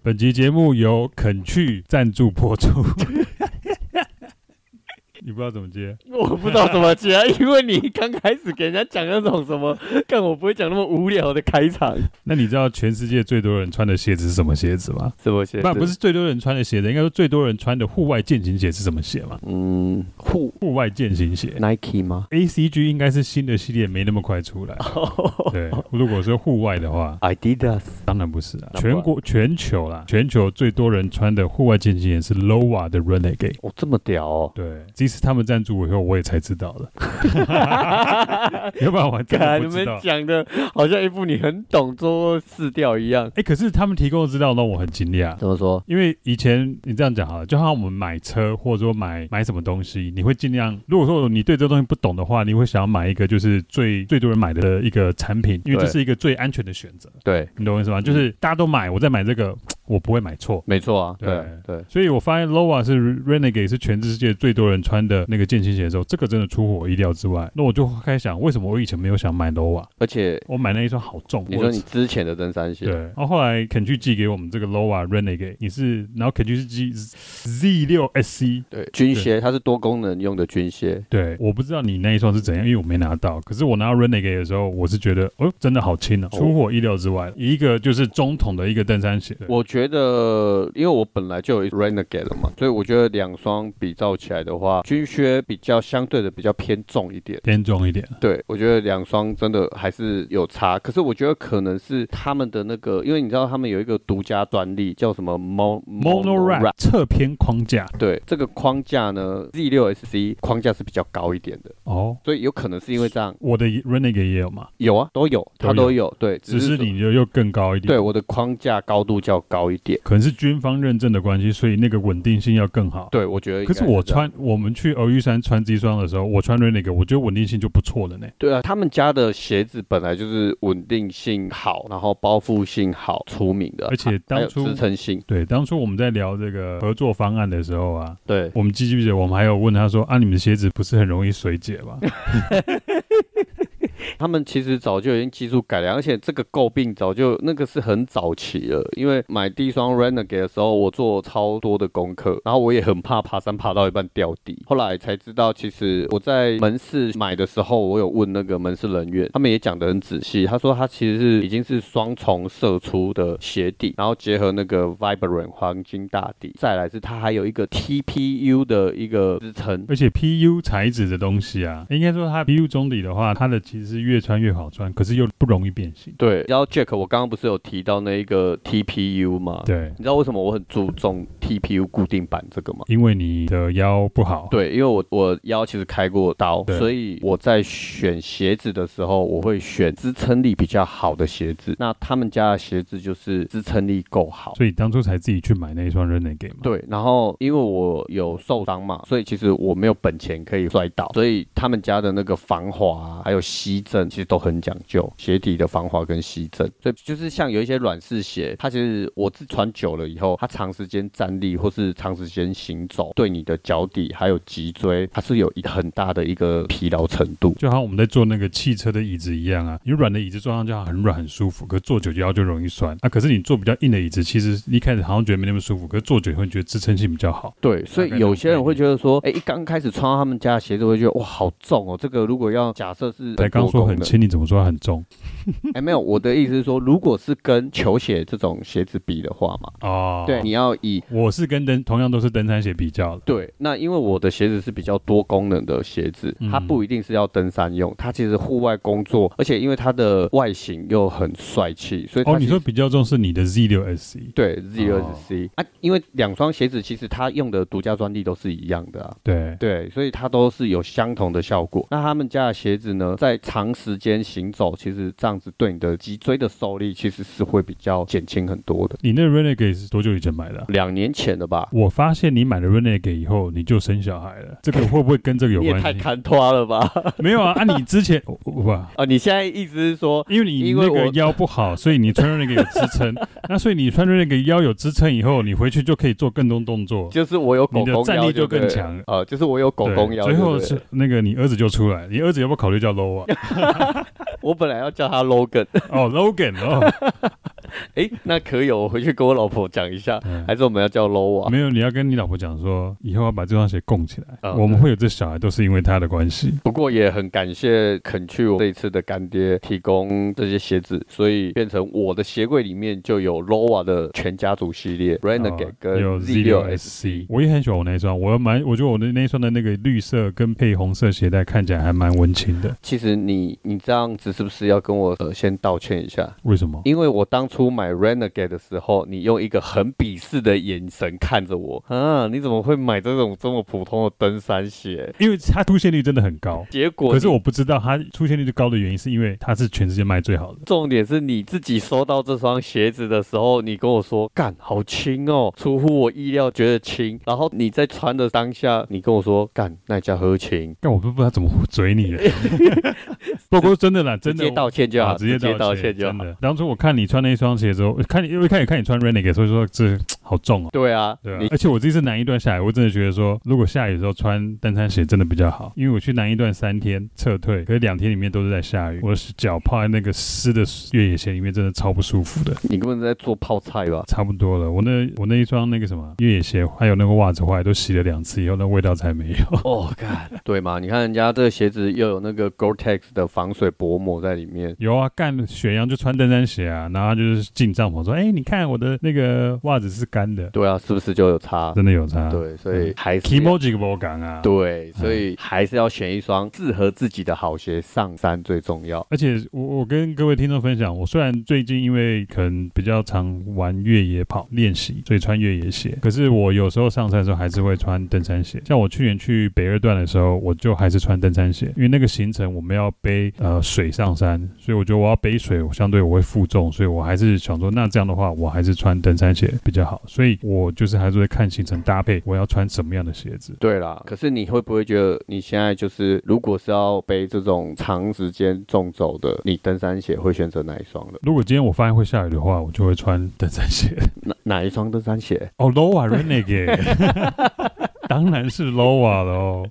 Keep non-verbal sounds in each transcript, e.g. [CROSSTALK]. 本集节目由肯去赞助播出。 [LAUGHS] 你不知道怎么接？我不知道怎么接、啊，因为你刚开始给人家讲那种什么，但我不会讲那么无聊的开场。那你知道全世界最多人穿的鞋子是什么鞋子吗？什么鞋子？不，不是最多人穿的鞋子，应该说最多人穿的户外健行鞋是什么鞋吗？嗯，户户外健行鞋 Nike [LAUGHS] 吗？ A C G 应该是新的系列，没那么快出来。哦对，如果说户外的话， Adidas 当然不是啊。那不然全国、全球啦，全球最多人穿的户外健行鞋是 Lowa 的 Renegade。哦，这么 [LAUGHS] 屌哦！对，这次他们赞助我以后，我也才知 [LAUGHS] 道的。 [LAUGHS] 要不然我真的看不你知们道。讲的好像一副你很懂做试调一样。哎、可是他们提供的资料让我很惊讶。怎么说？因为以前你这样讲好了，就好像我们买车或者说买买什么东西，你会尽量，如果说你对这东西不懂的话，你会想要买一个就是最最多人买的一个产品，因为这对嗯是一个最安全的选择，对，你懂我意思吗？就是大家都买，我再买这个，我不会买错。没错啊，对对对。所以我发现 Lowa 是 Renegade 是全世界最多人穿的那个健行鞋的时候，这个真的出乎我意料之外。那我就开始想，为什么我以前没有想买 Lowa？而且我买那一双好重，你我说你之前的登山鞋，对，然后后来肯去寄给我们这个 Lowa Renegade，你是，然后肯去是 G Z 六 SC，对，军靴它是多功能用的军靴，对，我不知道你那一双是怎样，因为我没拿到。可是我拿到 Renegade 的时候，我是觉得，哦，真的好轻哦，哦出乎我意料之外。一个就是中筒的一个登山鞋，对我觉得，因为我本来就有一 Renegade 了嘛，所以我觉得两双比照起来的话，军靴比较相对的比较偏重一点。偏重一点。对，我觉得两双真的还是有差，可是我觉得可能是他们的那个，因为你知道他们有一个独家专利叫什么 Mon Mono Wrap 侧偏框架对，这个框架呢，Z 六 SC 框架是比较高一点的，哦，所以有可能是因为这样，我的 Renegade 也有嘛，有啊，都有，它都都有，对，只是说你就又更高一点。对我的框架高度较高一点，可能是军方认证的关系，所以那个稳定性要更好。对我觉得应可该是这样。我穿我们去鹅玉山穿这一双的时候，我穿 Renegade，我觉得稳定性就不错了呢。对啊，他们家的鞋子本来就是稳定性好，然后包覆性好出名的，而且还当有初支撑性。对，当初我们在聊这个合作方案的时候啊，对，我们记不记得我们还有问他说啊，你们的鞋子不是很容易水解吗？他们其实早就已经技术改良，而且这个诟病早就那个是很早期了。因为买第一双 Renegade 的时候，我做超多的功课，然后我也很怕爬山爬到一半掉地。后来才知道，其实我在门市买的时候，我有问那个门市人员，他们也讲得很仔细。他说他其实是已经是双重射出的鞋底，然后结合那个 Vibrant 黄金大底，再来是它还有一个 TPU 的一个支撑。 [LAUGHS] 而且 PU 材质的东西啊，应该说它 PU 中底的话，它的其实是越穿越好穿，可是又不容易变形。对，然后 Jack，我刚刚不是有提到那一个 TPU 吗？对，你知道为什么我很注重 TPU 固定版这个吗？因为你的腰不好，对，因为我我腰其实开过刀对，所以我在选鞋子的时候，我会选支撑力比较好的鞋子。那他们家的鞋子就是支撑力够好。所以当初才自己去买那一双 Renegade 嘛。，对，然后因为我有受伤嘛，所以其实我没有本钱可以摔倒，所以他们家的那个防滑啊、还有吸震，其实都很讲究鞋底的防滑跟吸震。所以就是像有一些软式鞋，它其实我自穿久了以后，它长时间站立或是长时间行走，对你的脚底还有脊椎，它是有一很大的一个疲劳程度。就好像我们在坐那个汽车的椅子一样啊，你软的椅子坐上去好像很软很舒服，可是坐久腰就容易酸啊。可是你坐比较硬的椅子，其实一开始好像觉得没那么舒服，可是坐久以后你觉得支撑性比较好。对，所大概以那种有些人会觉得说，哎，一刚开始穿到他们家的鞋子，会觉得哇好重哦。这个如果要假设是才刚多说功很能轻，你怎么说它很重？哎，没有，我的意思是说，如果是跟球鞋这种鞋子比的话嘛，哦，对，你要以我是跟登同样都是登山鞋比较的，对，那因为我的鞋子是比较多功能的鞋子，它嗯不一定是要登山用，它其实户外工作，而且因为它的外形又很帅气，所以它哦，你其实说比较重是你的 Z 六 SC，对 Z 二哦十 C 啊，因为两双鞋子其实它用的独家专利都是一样的啊，对，对，所以它都是有相同的效果。那他们家的鞋子呢，在长时间行走，其实这样子对你的脊椎的受力其实是会比较减轻很多的。你那 Renegade 是多久以前买的啊、两年前的吧，我发现你买了 Renegade 以后，你就生小孩 [LAUGHS] 了，这个会不会跟这个有你也关太系？看拖了吧？ [LAUGHS] 没有啊，啊，你之前我 [LAUGHS] 我不，啊，你现在意思是说，因为你因为那个我腰不好，所以你穿 Renegade 有支 [LAUGHS] 撑，那所以你穿 Renegade 腰有支撑以后，你回去就可以做更多动作，就是我有狗你的公战腰力就对更了强了啊，就是我有狗对公腰。最后对不对是那个你儿子就出来，你儿子要不要考虑叫 Low 啊？我本来要叫他 Logan， [LAUGHS] 哦，Logan 哦，哎、那可以哦，我回去跟我老婆讲一下，对还是我们要叫 low 啊？没有，你要跟你老婆讲说，以后要把这双鞋供起来。啊我们会有这小孩，都是因为他的关系。不过也很感谢肯去我这一次的干爹提供这些鞋子，所以变成我的鞋柜里面就有 loa 的全家族系列 Renegade 哦有跟 Z Z 六六 SC， SC。我也很喜欢我那一双，我要买，我觉得我的那一双的那个绿色跟配红色鞋带看起来还蛮文青的。其实你你这样子是不是要跟我呃先道歉一下？为什么？因为我当初买 Renegade 的时候，你用一个很鄙视的眼神看着我，啊，你怎么会买这种这么普通的登山鞋？因为它出现率真的很高，结果可是你我不知道它出现率高的原因，是因为它是全世界卖最好的。重点是你自己收到这双鞋子的时候，你跟我说干好轻哦，出乎我意料，觉得轻。然后你在穿的当下，你跟我说干那叫合情，但我都不知道怎么嘴你了。 [LAUGHS] 不过真的啦，真的直接道歉就好，啊直接道歉就真好。的。当初我看你穿那一双鞋的时候，我看你因为看你看你穿 Renegade，所以说这好重哦。对啊，对啊你，而且我这次南一段下来，我真的觉得说，如果下雨的时候穿登山鞋真的比较好，因为我去南一段三天撤退，可是两天里面都是在下雨，我的脚泡在那个湿的越野鞋里面，真的超不舒服的。你根本在做泡菜吧？差不多了，我那我那一双那个什么越野鞋，还有那个袜子坏，都洗了两次以后，那味道才没有。 [LAUGHS] 哦，干，对嘛？你看人家这个鞋子又有那个 Gore-Tex 的防水薄膜在里面，有啊，干雪阳就穿登山鞋啊，然后他就是进帐篷说，哎、你看我的那个袜子是干的，对啊，是不是就有差？真的有差。对，所以还是 k i m o j i 不敢啊。对，所以还是要选一双适合自己的好鞋上山最重要。而且我我跟各位听众分享，我虽然最近因为可能比较常玩越野跑练习，所以穿越野鞋，可是我有时候上山的时候还是会穿登山鞋。像我去年去北二段的时候，我就还是穿登山鞋，因为那个行程我们要背呃水上山，所以我觉得我要背水，我相对我会负重，所以我还是想说，那这样的话我还是穿登山鞋比较好。所以我就是还是会看行程搭配，我要穿什么样的鞋子。对啦，可是你会不会觉得你现在就是，如果是要背这种长时间纵走的，你登山鞋会选择哪一双的？如果今天我发现会下雨的话，我就会穿登山鞋。哪哪一双登山鞋？哦，low 啊，Renegade，当然是 low 啊喽。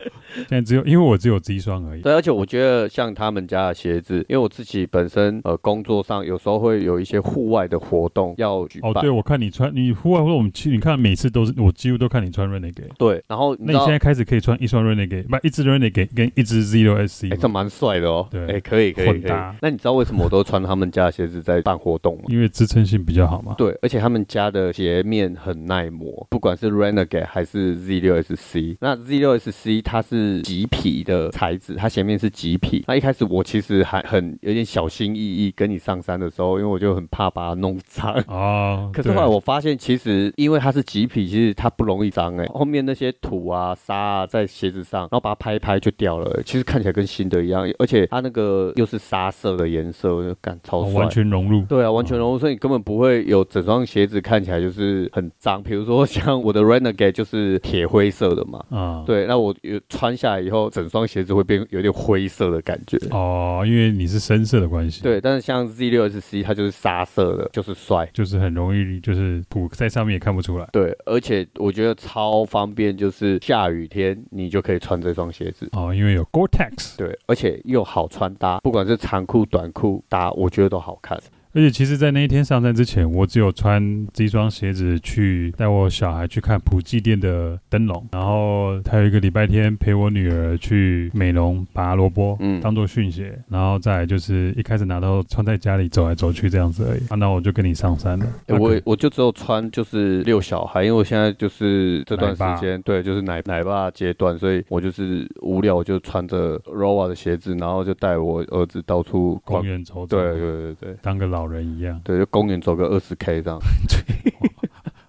现在只有因为我只有这一双而已。对，而且我觉得像他们家的鞋子，因为我自己本身呃工作上有时候会有一些户外的活动要举办。哦，对，我看你穿，你户外或者我们去，你看每次都是我几乎都看你穿 Renegade。对，然后你那知你道现，在开始可以穿一双 Renegade，不，一只 Renegade 跟一只 Zero 哎，这 SC，蛮帅的哦。对哎，可以可以混可以搭。那你知道为什么我都穿他们家的鞋子在办活动吗？因为支撑性比较好嘛。对，而且他们家的鞋面很耐磨，不管是 Renegade 还是 Z6SC。那 Z6SC 它是麂皮的材质，它鞋面是麂皮。那一开始我其实还很有点小心翼翼跟你上山的时候，因为我就很怕把它弄脏。哦，可是对后来我发现，其实因为它是麂皮，其实它不容易脏哎、后面那些土啊、沙啊在鞋子上，然后把它拍一拍就掉了、欸其实看起来跟新的一样，而且它那个又是沙色的颜色，我就感超哦帅完。全哦融入。对啊，完全融入，所以你根本不会有整双鞋子看起来就是很脏。比如说像我的 Renegade 就是铁灰色的嘛，啊，。对，那我有穿下来以后，整双鞋子会变有点灰色的感觉。哦，因为你是深色的关系。。对，但是像 Z 六 SC 它就是沙色的，就是帅。就是很容易，就是土在上面也看不出来。对，而且我觉得超方便，就是下雨天你就可以穿这双鞋子。哦，因为有 Gore-Tex，对，而且又好穿搭，不管是长裤、短裤搭，我觉得都好看。而且其实，在那一天上山之前，我只有穿这一双鞋子去带我小孩去看普济店的灯笼，然后还有一个礼拜天陪我女儿去美容拔萝卜，嗯当做训鞋，然后再来就是一开始拿到穿在家里走来走去这样子而已。啊，那我就跟你上山了。欸那可我我就只有穿就是遛小孩，因为我现在就是这段时间对，就是奶奶爸阶段，所以我就是无聊，我就穿着 ROA 的鞋子，然后就带我儿子到处逛公。园走走，对对，对对当个老人一样。对，就公园走个二十 K 这样。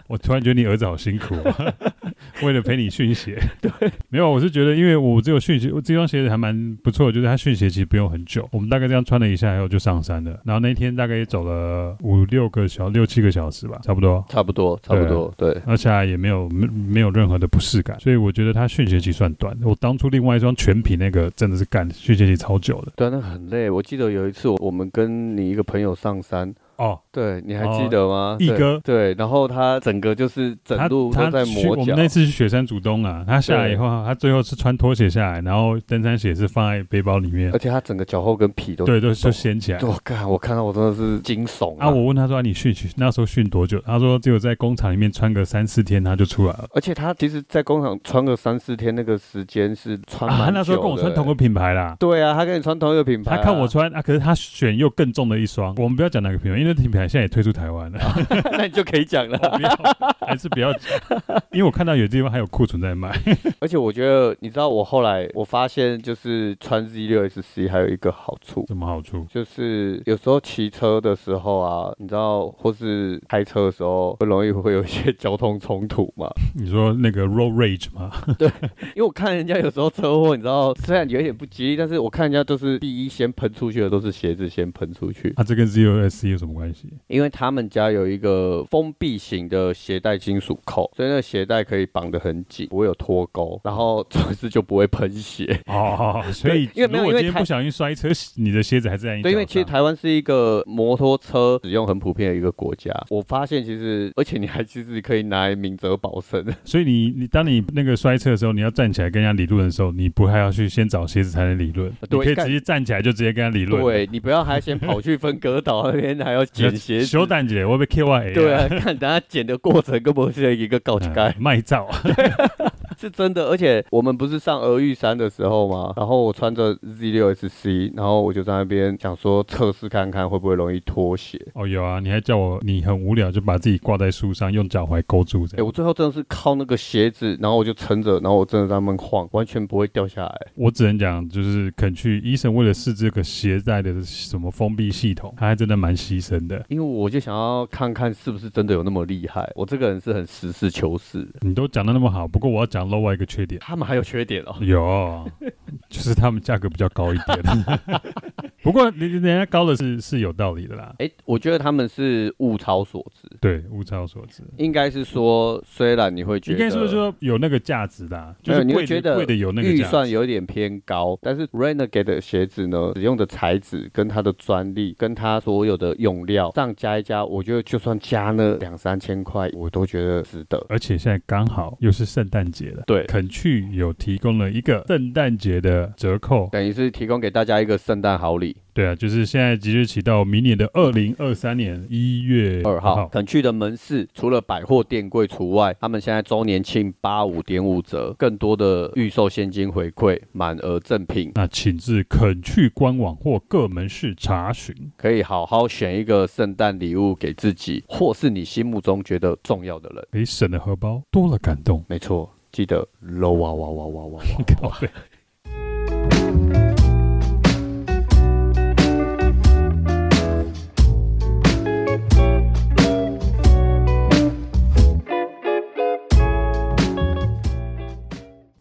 我突然觉得你儿子好辛苦、 [LAUGHS] 啊，为了陪你训鞋。对，没有，我是觉得，因为我只有训鞋，我这双鞋子还蛮不错的，就是它训鞋其实不用很久，我们大概这样穿了一下以后就上山了。然后那一天大概也走了五六个小六七个小时吧，差不多。差不多，差啊不多，对，然后下来也没有没没有任何的不适感，所以我觉得它训鞋期算短。我当初另外一双全皮那个真的是干训鞋期超久的对啊，那很累。我记得有一次我，我们跟你一个朋友上山，哦。对，你还记得吗？毅对哥对，然后他整个就是整他路他都在去我磨们，脚那次去雪山主东啊，他下来以后，他最后是穿拖鞋下来，然后登山鞋是放在背包里面而，且他整个脚后跟皮都 [LAUGHS] 对，都就掀起来。我看我看到我真的是惊悚啊，我问他说、啊、你训训那时候训多久？他说只有在工厂里面穿个三四天，他就出来了。而且他其实，在工厂穿个三四天，那个时间是穿啊，蛮久的、他那时候跟我穿同个品牌啦。对啊，他跟你穿同一个品牌啊、他看我穿啊，可是他选又更重的一双。我们不要讲哪个品牌，因为那品牌现在也退出台湾了。 [LAUGHS] [LAUGHS] 那你就可以讲了。不要，还是不要讲，因为我看到有地方还有库存在卖。而且我觉得，你知道，我后来我发现，就是穿 Z 六 SC 还有一个好处，什么好处？就是有时候骑车的时候啊，你知道，或是开车的时候，会容易会有一些 [LAUGHS] 交通冲突嘛。你说那个 road rage 吗？因为我看人家有时候车祸，你知道，虽然有一点不吉利，但是我看人家都是第一先喷出去的都是鞋子先喷出去，啊，这跟 ZOS 有什么关系？因为他们家有一个封闭型的鞋带金属扣，所以那个鞋带可以绑得很紧，不会有脱钩，然后总之就不会喷血。 [LAUGHS] 哦，所以因为如没有果因为今天台不小心摔车，你的鞋子还是在你脚对，因为其实上台湾是一个摩托车使用很普遍的一个国家，我发现其实，而且你还其实可以拿来明哲保身，所以你你当你那个摔车的时候，你要站起来跟人家理论的时候，你不还要去先找鞋子才能理论？对你可以干直接站起来就直接跟他理论。啊对你不要还先跑去分隔岛那边还要捡鞋子修，蛋姐，我被 K Y A。对啊，看等下捡的过程根本是一个告嗯，诫。卖照，是真的，而且我们不是上鹅玉山的时候吗？然后我穿着 Z 六 SC，然后我就在那边想说测试看看会不会容易脱鞋。哦有啊，你还叫我，你很无聊就把自己挂在树上，用脚踝勾住这哎、样。我最后真的是靠那个鞋子，然后我就撑着，然后我真的在那边晃，完全不会掉下来。我只能讲，就是肯去医生为了试这个鞋带的什么封闭系统，他还真的蛮牺牲的。因为我就想要看看是不是真的有那么厉害。我这个人是很实事求是的，你都讲的那么好，不过我要讲另外一个缺点，他们还有缺点哦。有，就是他们价格比较高一点。 [LAUGHS] 不过人人家高的是是有道理的啦，哎、我觉得他们是物超所值，对，物超所值。应该是说，虽然你会觉应得该是不是说有那个价值的、啊，就没有是你会贵觉的得贵的有那个预价值算有点偏高，但是 Renegade 的鞋子呢，使用的材质跟它的专利，跟它所有的用料，这样加一加，我觉得就算加那两三千块，我都觉得值得。而且现在刚好又是圣诞节了，对肯去有提供了一个圣诞节的折扣，等于是提供给大家一个圣诞好礼。对啊，就是现在即日起到明年的二零二三年一月二号肯去的门市，除了百货店柜除外，他们现在周年庆八五点五折，更多的预售现金回馈，满额赠品，那请至肯去官网或各门市查询。可以好好选一个圣诞礼物给自己，或是你心目中觉得重要的人。给省的荷包多了感动。没错，记得 low 哇哇哇哇哇哇！靠背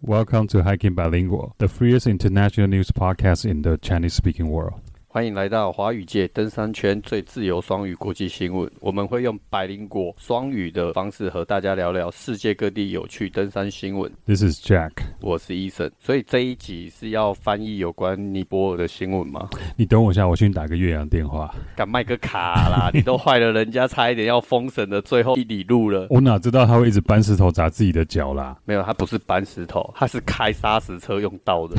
Welcome [LAUGHS] to Hiking Bilingual, the freest international news podcast in the Chinese speaking world. 欢迎来到华语界登山圈最自由双语国际新闻，我们会用百灵果双语的方式和大家聊聊世界各地有趣登山新闻。 This is Jack. 我是医生，所以这一集是要翻译有关尼泊尔的新闻吗？你等我一下，我去打个岳阳电话。敢卖个卡啦！你都坏了人家差一点要封神的最后一里路了。我哪知道他会一直搬石头砸自己的脚啦？没有，他不是搬石头，他是开砂石车用刀的。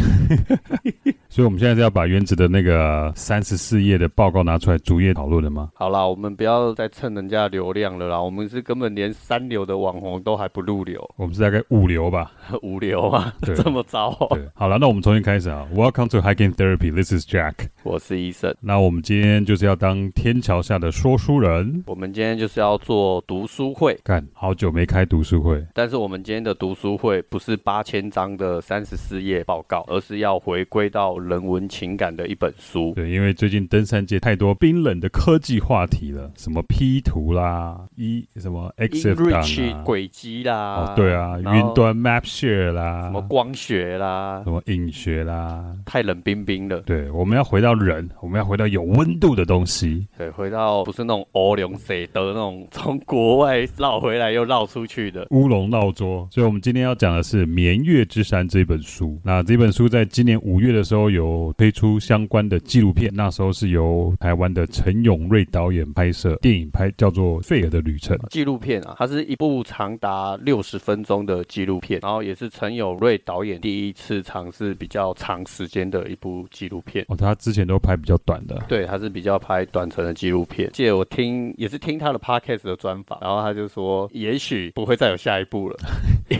所以我们现在是要把原子的那个三十四页的报告拿出来逐页讨论了吗？好啦，我们不要再蹭人家的流量了啦，我们是根本连三流的网红都还不入流，我们是大概五流吧。无流啊， [LAUGHS] 对这么糟、哦。对，好了，那我们重新开始啊。Welcome to Hiking Therapy. This is Jack. 我是医生，那我们今天就是要当天桥下的说书人。我们今天就是要做读书会，看，好久没开读书会，但是我们今天的读书会不是八千章的三十四页报告，而是要回归到人文情感的一本书。对，因为最近登山界太多冰冷的科技话题了，什么 P 图啦，一什么 X Enrich 档啊，轨迹啦，哦对啊，然后云端 Map Share 啦，什么啊光学啦什，么影学啦，太冷冰冰了。对，我们要回到人，我们要回到有温度的东西。对，回到不是那种欧龙谁的那种从国外绕回来又绕出去的。乌龙闹桌，所以我们今天要讲的是《绵月之山》这本书。那这本书在今年五月的时候有推出相关的纪录片，那时候是由台湾的陈永瑞导演拍摄电影拍叫做《费尔的旅程》。纪录片啊，它是一部长达六十分钟的纪录片，然后也是陈友瑞导演第一次尝试比较长时间的一部纪录片。哦，他之前都拍比较短的，对，他是比较拍短程的纪录片。记得我听也是听他的 podcast 的专访，然后他就说，也许不会再有下一部了。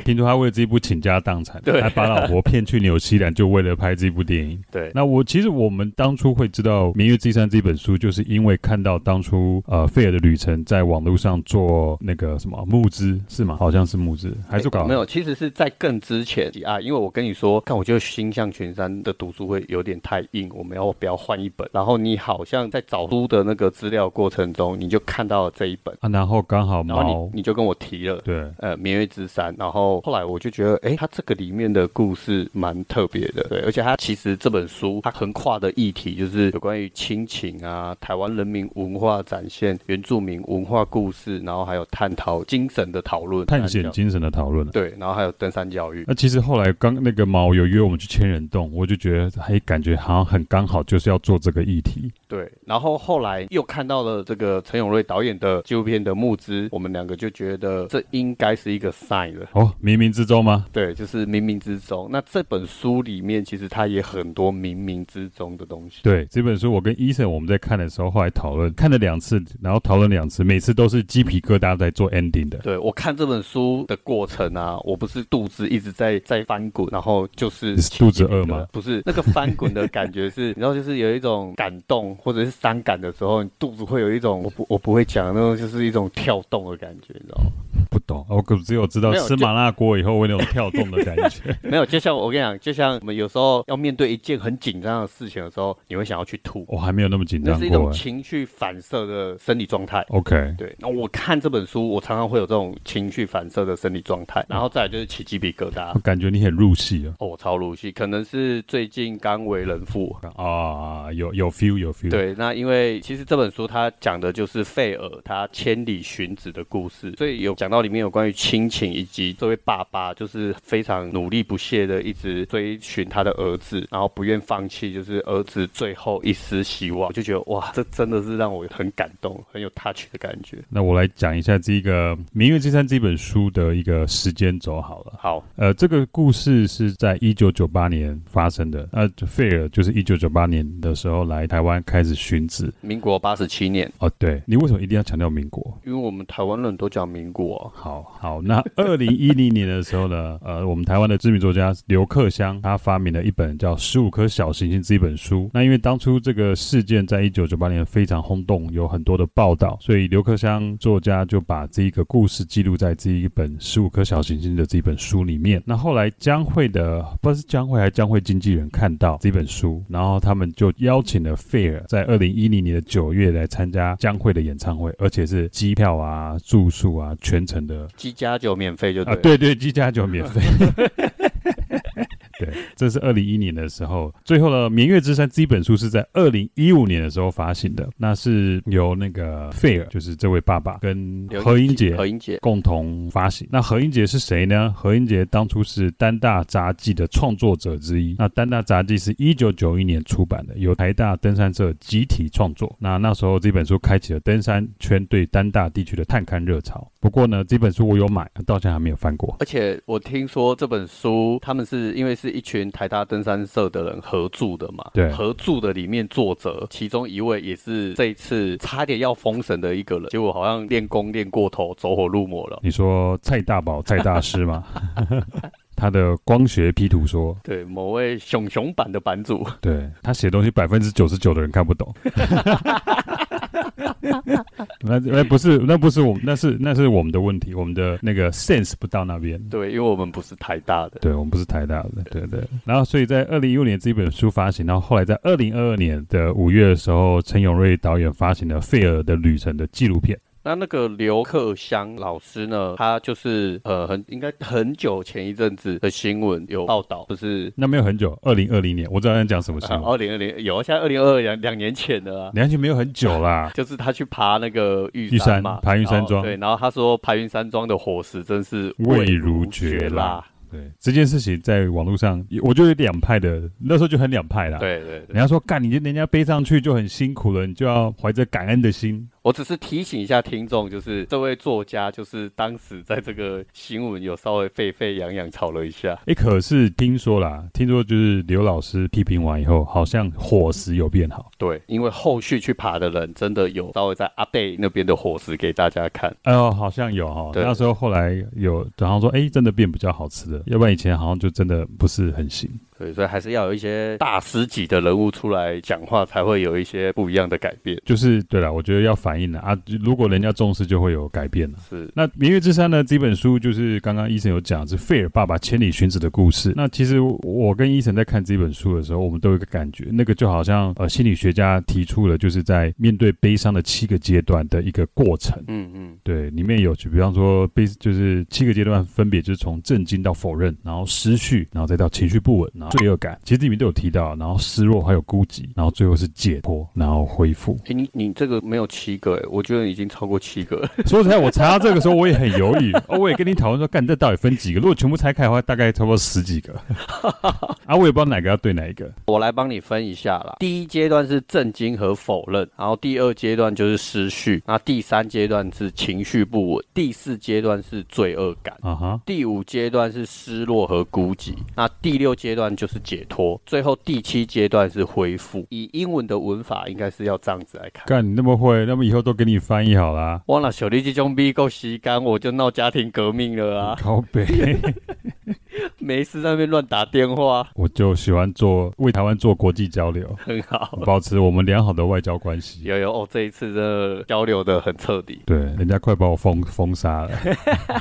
听说他为了这一部倾家荡产，对还把老婆骗去纽西兰，就为了拍这部电影。对，那我其实我们当初会知道《明月之山》这本书，就是因为看到当初呃费尔的旅程在网络上做那个什么募资是吗？好像是募资还是搞、诶哎没有，其实是在更之前啊，因为我跟你说，看我觉得星象群山的读书会有点太硬，我们要不要换一本？然后你好像在找书的那个资料过程中，你就看到了这一本，啊？然后刚好然后毛你你就跟我提了。对呃，明月之山，然后后来我就觉得，诶，它这个里面的故事蛮特别的，对，而且它其实这本书它横跨的议题就是有关于亲情啊、台湾人民文化展现、原住民文化故事，然后还有探讨精神的讨论、探险嗯精神的讨论了。对，然后还有登山教育，那其实后来刚那个毛有约我们去千人洞，我就觉得还感觉好像很刚好，就是要做这个议题。对，然后后来又看到了这个陈永瑞导演的纪录片的募资，我们两个就觉得这应该是一个 sign 了。哦，冥冥之中吗？对，就是冥冥之中。那这本书里面其实它也很多冥冥之中的东西。对这本书，我跟医生我们在看的时候，后来讨论看了两次，然后讨论两次，每次都是鸡皮疙瘩在做 ending 的。对，我看这本书的过程啊，我不是肚子一直在在翻滚，然后就是你是肚子饿吗？不是，那个翻滚的感觉是，你知道，就是有一种感动或者是伤感的时候，你肚子会有一种我不我不会讲的那种，就是一种跳动的感觉，你知道吗？ [LAUGHS] 不懂，我可只有知道没有吃就麻辣锅以后会那种跳动的感 [LAUGHS] 觉。没有，就像我跟你讲，就像我们有时候要面对一件很紧张的事情的时候，你会想要去吐，我还没有那么紧那张是一过欸。种情绪反射的生理状态。 OK，对，那我看这本书，我常常会有这种情绪反射的生理状态，然后再来就是起鸡皮疙瘩我。啊感觉你很入戏啊了哦，我超入戏，可能是最近刚为人父。啊，有有 feel 有 feel。，对，那因为其实这本书它讲的就是费尔他千里寻子的故事，所以有讲到里面有关于亲情以及这位爸爸就是非常努力不懈的一直追寻他的儿子，然后不愿放弃，就是儿子最后一丝希望，我就觉得哇，这真的是让我很感动，很有 touch 的感觉。那我来讲一下这个《明月之山》这本书的一个时间轴好了。好，呃，这个故事是在一九九八年发生的。呃，费尔就是一九九八年的时候来台湾开始寻子。民国八十七年，哦，对你为什么一定要强调民国？因为我们台湾人都讲民国啊、好好，那二零一零年的时候呢， [LAUGHS] 呃，我们台湾的知名作家刘克襄，他发明了一本叫《十五颗小行星》这一本书。那因为当初这个事件在一九九八年非常轰动，有很多的报道，所以刘克襄作家就把这一个故事记录在这一本《十五颗小行星》的这一本书里面。那后来江蕙的不知道是江蕙还是江蕙经纪人看到这本书，然后他们就邀请了费尔在二零一零年的九月来参加江蕙的演唱会，而且是机票啊、住宿啊全程的鸡加酒免费就对啊，了。对对，机加酒免费。对，这是二零一年的时候，最后呢，《明月之山》这一本书是在二零一五年的时候发行的，那是由那个费尔，就是这位爸爸跟刘何英杰何英姐，共同发行。那何英杰是谁呢？何英杰当初是丹大杂技的创作者之一。那丹大杂技是一九九一年出版的，由台大登山社集体创作。那那时候这本书开启了登山圈对丹大地区的探勘热潮。不过呢，这本书我有买，到现在还没有翻过。而且我听说这本书，他们是因为是一群台大登山社的人合著的嘛，对合著的里面作者，其中一位也是这一次差点要封神的一个人，结果好像练功练过头，走火入魔了。你说蔡大宝、蔡大师吗？ [LAUGHS] 他的光学 P 图说，对，某位熊熊版的版主， [LAUGHS] 对他写东西百分之九十九的人看不懂。 [LAUGHS] 那那不是那不是我们那是那是我们的问题，我们的那个 sense 不到那边。对，因为我们不是台大的，对，我们不是台大的，对对。然后，所以在二零一五年这本书发行，然后后来在二零二二年的五月的时候，陈永瑞导演发行了《费尔的旅程》的纪录片。那那个刘克襄老师呢，他就是呃很应该很久前一阵子的新闻有报道，就是那没有很久，二零二零年，我知道在讲什么新闻，哦二零二零有啊，现在二零二二两两年前的啊，梁去没有很久啦。 [LAUGHS] 就是他去爬那个玉玉山嘛，爬玉山然后庄对，然后他说爬玉山庄的伙食真是味如绝辣，啊对这件事情，在网络上，我就有两派的，那时候就很两派啦。，对对对人，家说干，你就人家背上去就很辛苦了，你就要怀着感恩的心。我只是提醒一下听众，就是这位作家，就是当时在这个新闻有稍微沸沸扬扬吵了一下。哎，可是听说啦，听说就是刘老师批评完以后，好像伙食有变好。对，因为后续去爬的人真的有稍微在 update 那边的伙食给大家看。哎呦，好像有哈、哦，对那时候后来有，然后说，哎，真的变比较好吃了，要不然以前好像就真的不是很行。对，所以还是要有一些大师级的人物出来讲话，才会有一些不一样的改变。就是对了，我觉得要反映了啊，如果人家重视，就会有改变了。是，那《明月之山》呢？这本书就是刚刚医生有讲，是费尔爸爸千里寻子的故事。那其实我跟医生在看这本书的时候，我们都有一个感觉，那个就好像呃心理学家提出了，就是在面对悲伤的七个阶段的一个过程。嗯嗯，对，里面有，就比方说悲，就是七个阶段，分别就是从震惊到否认，然后失去，然后再到情绪不稳，然后罪恶感，其实里面都有提到，然后失落，还有孤寂，然后最后是解脱，然后恢复。哎、你你这个没有七个、诶我觉得已经超过七个了。 [LAUGHS] 说实在，我查到这个时候我也很犹豫，哦我也跟你讨论说，干这到底分几个？如果全部拆开的话，大概差不多十几个。 [LAUGHS] 啊，我也不知道哪个要对哪一个。我来帮你分一下啦。第一阶段是震惊和否认，然后第二阶段就是失序，那第三阶段是情绪不稳，第四阶段是罪恶感。啊哈，第五阶段是失落和孤寂，那第六阶段就是解脱，最后第七阶段是恢复。以英文的文法应该是要这样子来看。干你那么会，那么以后都给你翻译好啦。忘了小弟这种逼够吸干，我就闹家庭革命了啊！ [LAUGHS] 靠北，没事在那边乱打电话，我就喜欢做为台湾做国际交流，很好。保持我们良好的外交关系。有有哦，这一次真的交流的很彻底。对，人家快把我封封杀了。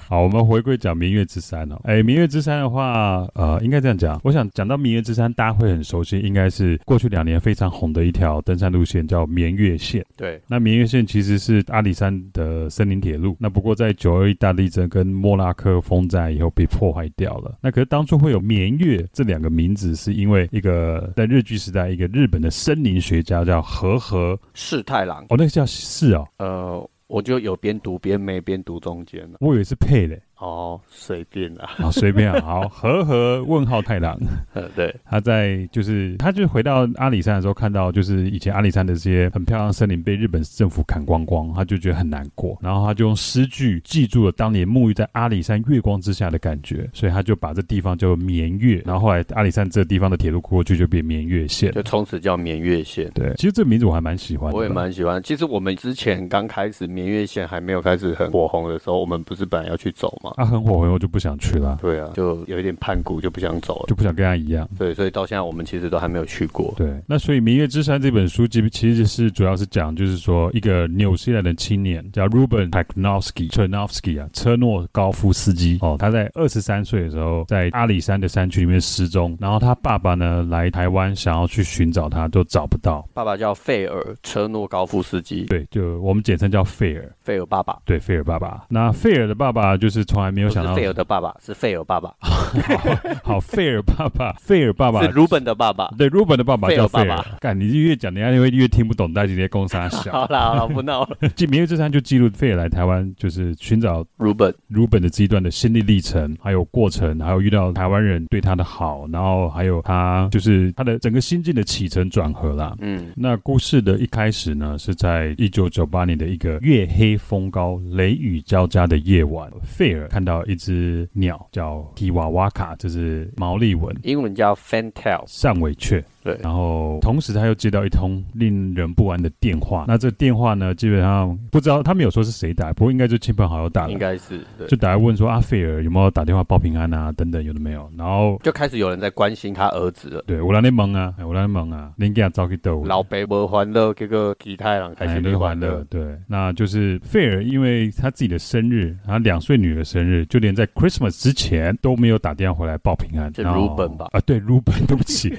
好，我们回归讲《明月之山》哦。哎，《明月之山》的话，呃，应该这样讲。我想讲到《明月之山》，大家会很熟悉，应该是过去两年非常红的一条登山路线，叫绵月线。对，那绵月线其实是阿里山的森林铁路，那不过在九二一大地震跟莫拉克风灾以后被破坏掉了。那可是当初会有绵月这两个名字，是因为一个在日据时代，一个日本的森林学家叫和和，世太郎，哦，那个叫是哦，呃，我就有边读边没边读中间了。我以为是配嘞，哦，随便啦。好随便啊，好和和问号太郎，呃， [LAUGHS] 对，他在就是他就是回到阿里山的时候，看到就是以前阿里山的这些很漂亮的森林被日本政府砍光光，他就觉得很难过，然后他就用诗句记住了当年沐浴在阿里山月光之下的感觉，所以他就把这地方叫绵月，然后后来阿里山这地方的铁路过去就变绵月线。就从此叫绵月线。对，其实这名字我还蛮喜欢的，我也蛮喜欢。其实我们之前刚开始绵月线还没有开始很火红的时候，我们不是本来要去走吗？啊，很火红，我就不想去了，对啊，就有一点叛股，就不想走了。就不想跟他一样。对，所以到现在我们其实都还没有去过。对，那所以《明月之山》这本书基其实是主要是讲，就是说一个纽西兰的青年叫 Ruben t a k n o v s k y c h e r n o v s k y 啊，车诺高夫斯基哦，他在二十三岁的时候在阿里山的山区里面失踪，然后他爸爸呢来台湾想要去寻找他，都找不到。爸爸叫费尔车诺高夫斯基，对，就我们简称叫费尔，费尔爸爸对，费尔爸爸。那费尔的爸爸就是从来没有不想是到费尔的爸爸，是费尔爸爸， [LAUGHS] 好，费尔爸爸，费尔爸爸是 Ruben 的爸爸。对 Ruben 的爸爸费叫尔费爸尔爸，干，你越讲人家会越听不懂，大家直接攻杀小。好啦好啦，不 [LAUGHS] 闹了。记《明月之山》就记录费尔来台湾，就是寻找 Ruben，鲁本的这一段的心历历程，还有过程，还有遇到台湾人对他的好，然后还有他就是他的整个心境的起承转合啦。嗯，那故事的一开始呢，是在一九九八年的一个月黑风高、雷雨交加的夜晚，费尔看到一只鸟叫提瓦瓦卡，就是毛利文英文叫 Fantail，扇尾雀，对，然后同时他又接到一通令人不安的电话。那这电话呢，基本上不知道他们有说是谁打，不过应该就亲朋好友打应的，该是对就。打来问说阿菲尔有没有打电话报平安啊等等，有的没有。然后就开始有人在关心他儿子了。对我来联盟啊，哎我来联盟啊，你给他招去斗。老北伯欢乐，这个吉太郎开哎始乐欢欢乐，。对，那就是费尔，因为他自己的生日，他两岁女儿生日，就连在 Christmas 之前都没有打电话回来报平安。哦是然后 [LAUGHS] Ruben 吧啊，对，Ruben，对不起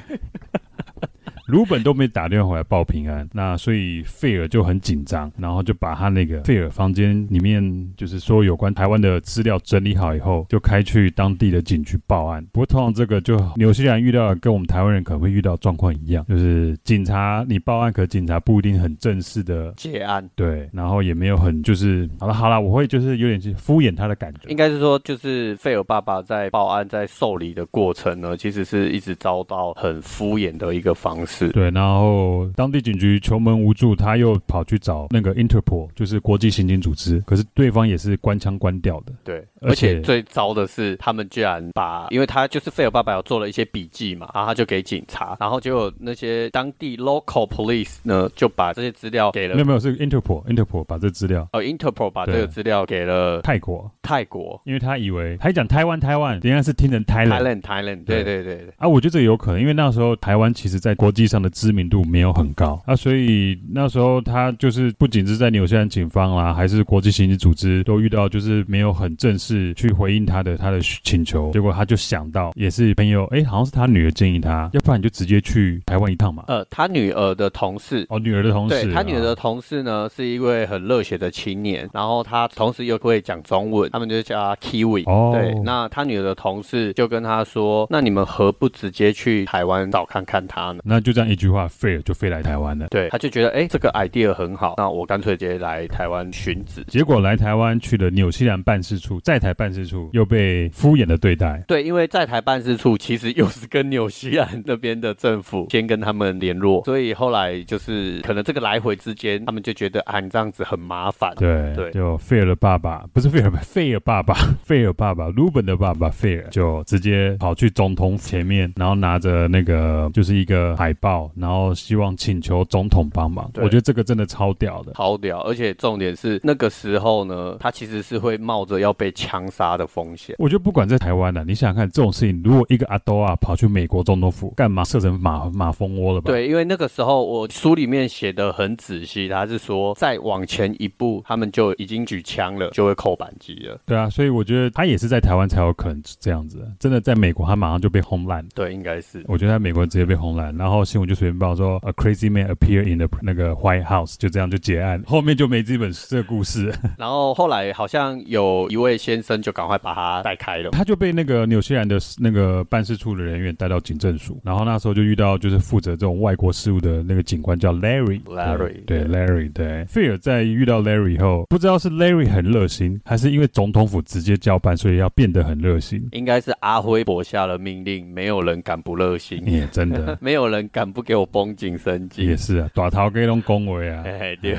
鲁本都没打电话回来报平安，那所以费尔就很紧张，然后就把他那个费尔房间里面就是说有关台湾的资料整理好以后，就开去当地的警局报案。不过通常这个就纽西兰遇到的跟我们台湾人可能会遇到的状况一样，就是警察你报案，可警察不一定很正式的。结案。对，然后也没有很就是好了好了，我会就是有点去敷衍他的感觉应。该是说，就是费尔爸爸在报案、在受理的过程呢，其实是一直遭到很敷衍的一个方式。对，然后当地警局求门无助，他又跑去找那个 Interpol，就是国际刑警组织，可是对方也是官腔官调的。对，而而且且最糟的是，他们居然把，因为他就是费尔爸爸有做了一些笔记嘛，然后他就给警察，然后结果那些当地 local police 呢，就把这些资料给没有了。没有，是 Interpol，Interpol 把这资料呃，Interpol 把对这个资料给了泰国，泰国因为他以为他一讲台湾台湾，人家是听成 Thailand。 ，Thailand Thailand，对对对对，啊，我觉得这个有可能，因为那时候台湾其实在国际上的知名度没有很高啊，所以那时候他就是不仅是在纽西兰警方啦、还是国际刑警组织都遇到，就是没有很正式去回应他的他的请求，结果他就想到，也是朋友，哎，好像是他女儿建议他，要不然你就直接去台湾一趟嘛。呃，他女儿的同事哦，女儿的同事，对他女儿的啊同事呢，是一位很热血的青年，然后他同时又会讲中文，他们就叫他 Kiwi。哦对，那他女儿的同事就跟他说：“那你们何不直接去台湾找看看他呢那就这样一句话，飞了就飞来台湾了？”。对，他就觉得哎、诶这个 idea 很好，那我干脆直接来台湾寻子。结果来台湾去了纽西兰办事处，在台办事处又被敷衍的对待，对，因为在台办事处其实又是跟纽西兰那边的政府先跟他们联络，所以后来就是可能这个来回之间，他们就觉得啊，你这样子很麻烦。对，对就费尔的爸爸不是费尔吧，费尔爸爸，费尔爸爸，鲁本的爸爸费尔就直接跑去总统前面，然后拿着那个就是一个海报，然后希望请求总统帮忙。对我觉得这个真的超屌的。超屌，而且重点是那个时候呢，他其实是会冒着要被枪杀的风险。我觉得不管在台湾呢、啊你想想看，这种事情，如果一个阿多啊跑去美国总统府干嘛，射成马马蜂窝了吧？对，因为那个时候我书里面写的很仔细，他是说再往前一步，他们就已经举枪了，就会扣扳机了。对啊，所以我觉得他也是在台湾才有可能这样子的，真的在美国他马上就被轰烂。对，应该是我觉得在美国直接被轰烂，然后新闻就随便报说 a crazy man appear in the 那个 White House，就这样就结案，后面就没这本这个故事， [LAUGHS] 然后后来好像有一位先生就赶快把他带开了。他就被那个纽西兰的那个办事处的人员带到警政署，然后那时候就遇到就是负责这种外国事务的那个警官叫 Larry。 Larry，对 Larry，对菲尔在遇到 Larry 以后，不知道是 Larry 很热心，还是因为总统府直接交办，所以要变得很热心。应该是阿辉伯下了命令，没有人敢不热心，也真 [LAUGHS] 的没有人敢不给我绷紧神也经。是啊，打桃给龙恭维啊，哎，对，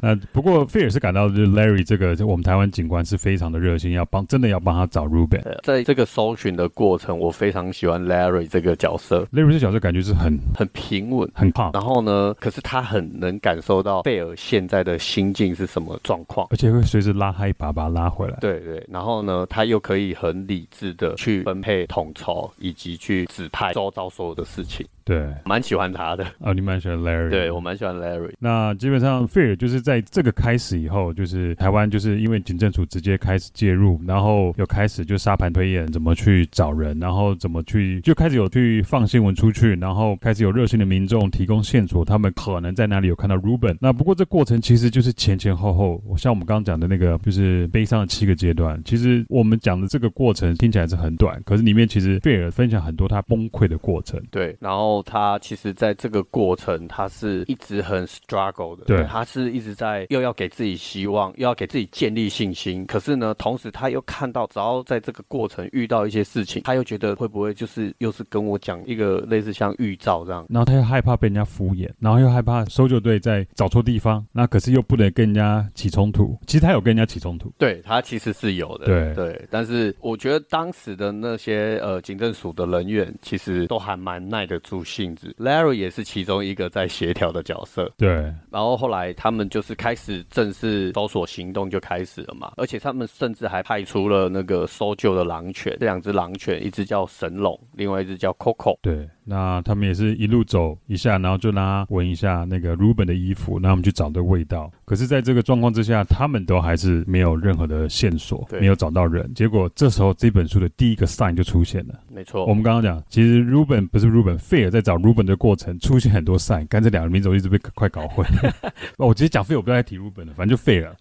那不过菲尔是感到就是 Larry 这个我们台湾警官是非常的热心，要帮真的要帮他找 Ruben。呃在这个搜寻的过程，我非常喜欢 Larry 这个角色， Larry 这角色感觉是很很平稳。很胖，然后呢，可是他很能感受到贝尔现在的心境是什么状况。而且会随时拉他一把把他拉回来。对对，然后呢，他又可以很理智的去分配统筹，以及去指派周遭所有的事情，对，蛮喜欢他的。哦，你蛮喜欢 Larry。对我蛮喜欢 Larry。那基本上，费尔就是在这个开始以后，就是台湾就是因为警政署直接开始介入，然后有开始就沙盘推演怎么去找人，然后怎么去就开始有去放新闻出去，然后开始有热心的民众提供线索，他们可能在哪里有看到 Ruben。那不过这过程其实就是前前后后，像我们刚刚讲的那个就是悲伤的七个阶段，其实我们讲的这个过程听起来是很短，可是里面其实费尔分享很多他崩溃的过程。对，然后他其实在这个过程，他是一直很 struggle 的，对他是一直在又要给自己希望，又要给自己建立信心，可是呢，同时他又看到，只要在这个过程遇到一些事情，他又觉得会不会就是又是跟我讲一个类似像预兆这样。然后他又害怕被人家敷衍，然后又害怕搜救队在找错地方，那可是又不能跟人家起冲突。其实他有跟人家起冲突，对他其实是有的，对对，但是我觉得当时的那些呃警政署的人员其实都还蛮耐得住性子，Larry 也是其中一个在协调的角色。对，然后后来他们就是开始正式搜索行动就开始了嘛，而且他们甚至还派出了那个搜救的狼犬，这两只狼犬，一只叫神龙，另外一只叫 Coco。对。那他们也是一路走一下，然后就让他闻一下那个 Ruben 的衣服，让他们去找的味道。可是，在这个状况之下，他们都还是没有任何的线索，对没有找到人。结果这时候这本书的第一个 sign 就出现了。没错，我们刚刚讲，其实 Ruben 不是 Ruben，费尔在找 Ruben 的过程出现很多 sign，干这两个名字我一直被快搞 [LAUGHS] 混。哦，我直接讲费尔，我不要再提 Ruben 了，反正就费尔。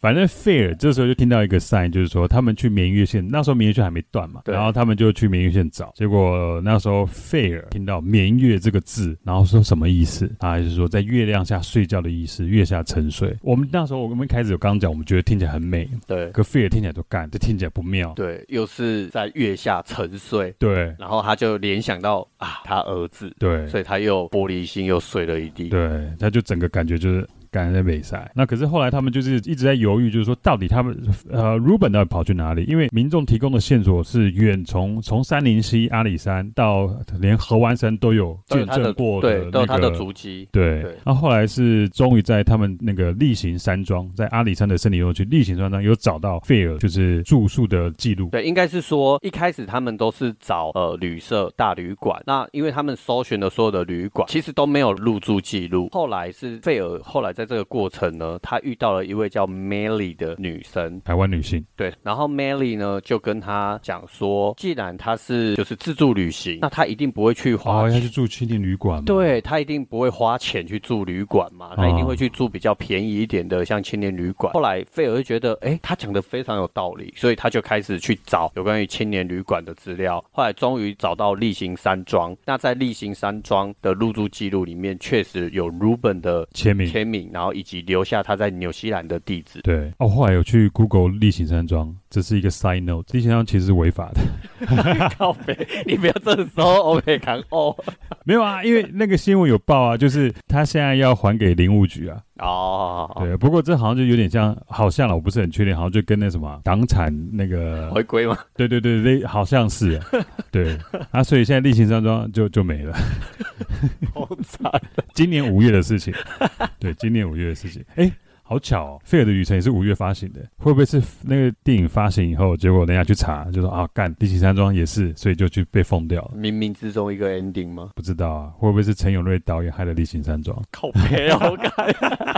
反正费尔这时候就听到一个 sign，就是说他们去绵月线，那时候绵月线还没断嘛，对然后他们就去绵月线找，结果、呃那时候费尔听到绵月这个字，然后说什么意思？他就是说在月亮下睡觉的意思，月下沉睡。我们那时候我们一开始有刚刚讲，我们觉得听起来很美，对可费尔听起来都干，这听起来不妙。对，又是在月下沉睡，对然后他就联想到啊，他儿子，对，所以他又玻璃心，又碎了一地。对，他就整个感觉就是感觉在北塞。那可是后来他们就是一直在犹豫，就是说到底他们呃 Ruben 到底跑去哪里？因为民众提供的线索是远从从三林溪、阿里山到连合湾山都有都见有他证的过对，都那有他的个足迹。对对，那后来是终于在他们那个例行山庄，在阿里山的森林游乐区例行山庄有找到费尔就是住宿的记录，对，应该是说一开始他们都是找呃旅社、大旅馆，那因为他们搜寻的所有的旅馆其实都没有入住记录。后来是费尔，后来在这个过程呢，他遇到了一位叫 Melly 的女生，台湾女性，对，然后 Melly 呢就跟他讲说，既然他是就是自助旅行，那他一定不会去花哦，要钱。去住青年旅馆嘛，对他一定不会花钱去住旅馆嘛，他一定会去住比较便宜一点的，像青年旅馆。后来费尔就觉得，哎，他讲的非常有道理，所以他就开始去找有关于青年旅馆的资料。后来终于找到例行山庄，那在例行山庄的入住记录里面，确实有 Ruben 的签名。签名，然后以及留下他在纽西兰的地址。对，哦，后来有去 Google 例行山庄，这是一个 side note，例行山庄其实是违法的。 [LAUGHS] 靠北，你不要这时候 OK 扛哦。没有啊，因为那个新闻有报啊，就是他现在要还给林务局啊。哦，对，不过这好像就有点像，好像了，我不是很确定，好像就跟那什么党产那个，回归嘛，对对对对，好像是、啊，对啊，所以现在例行山庄就就没了，好惨。今年五月的事情。对，今年五月的事情，哎。好巧哦，菲尔的旅程也是五月发行的，会不会是那个电影发行以后，结果人家去查，就说啊，干例行山庄也是，所以就去被封掉了。冥冥之中一个 ending 吗？不知道啊，会不会是陈永瑞导演害的《例行山庄》靠北哦，干。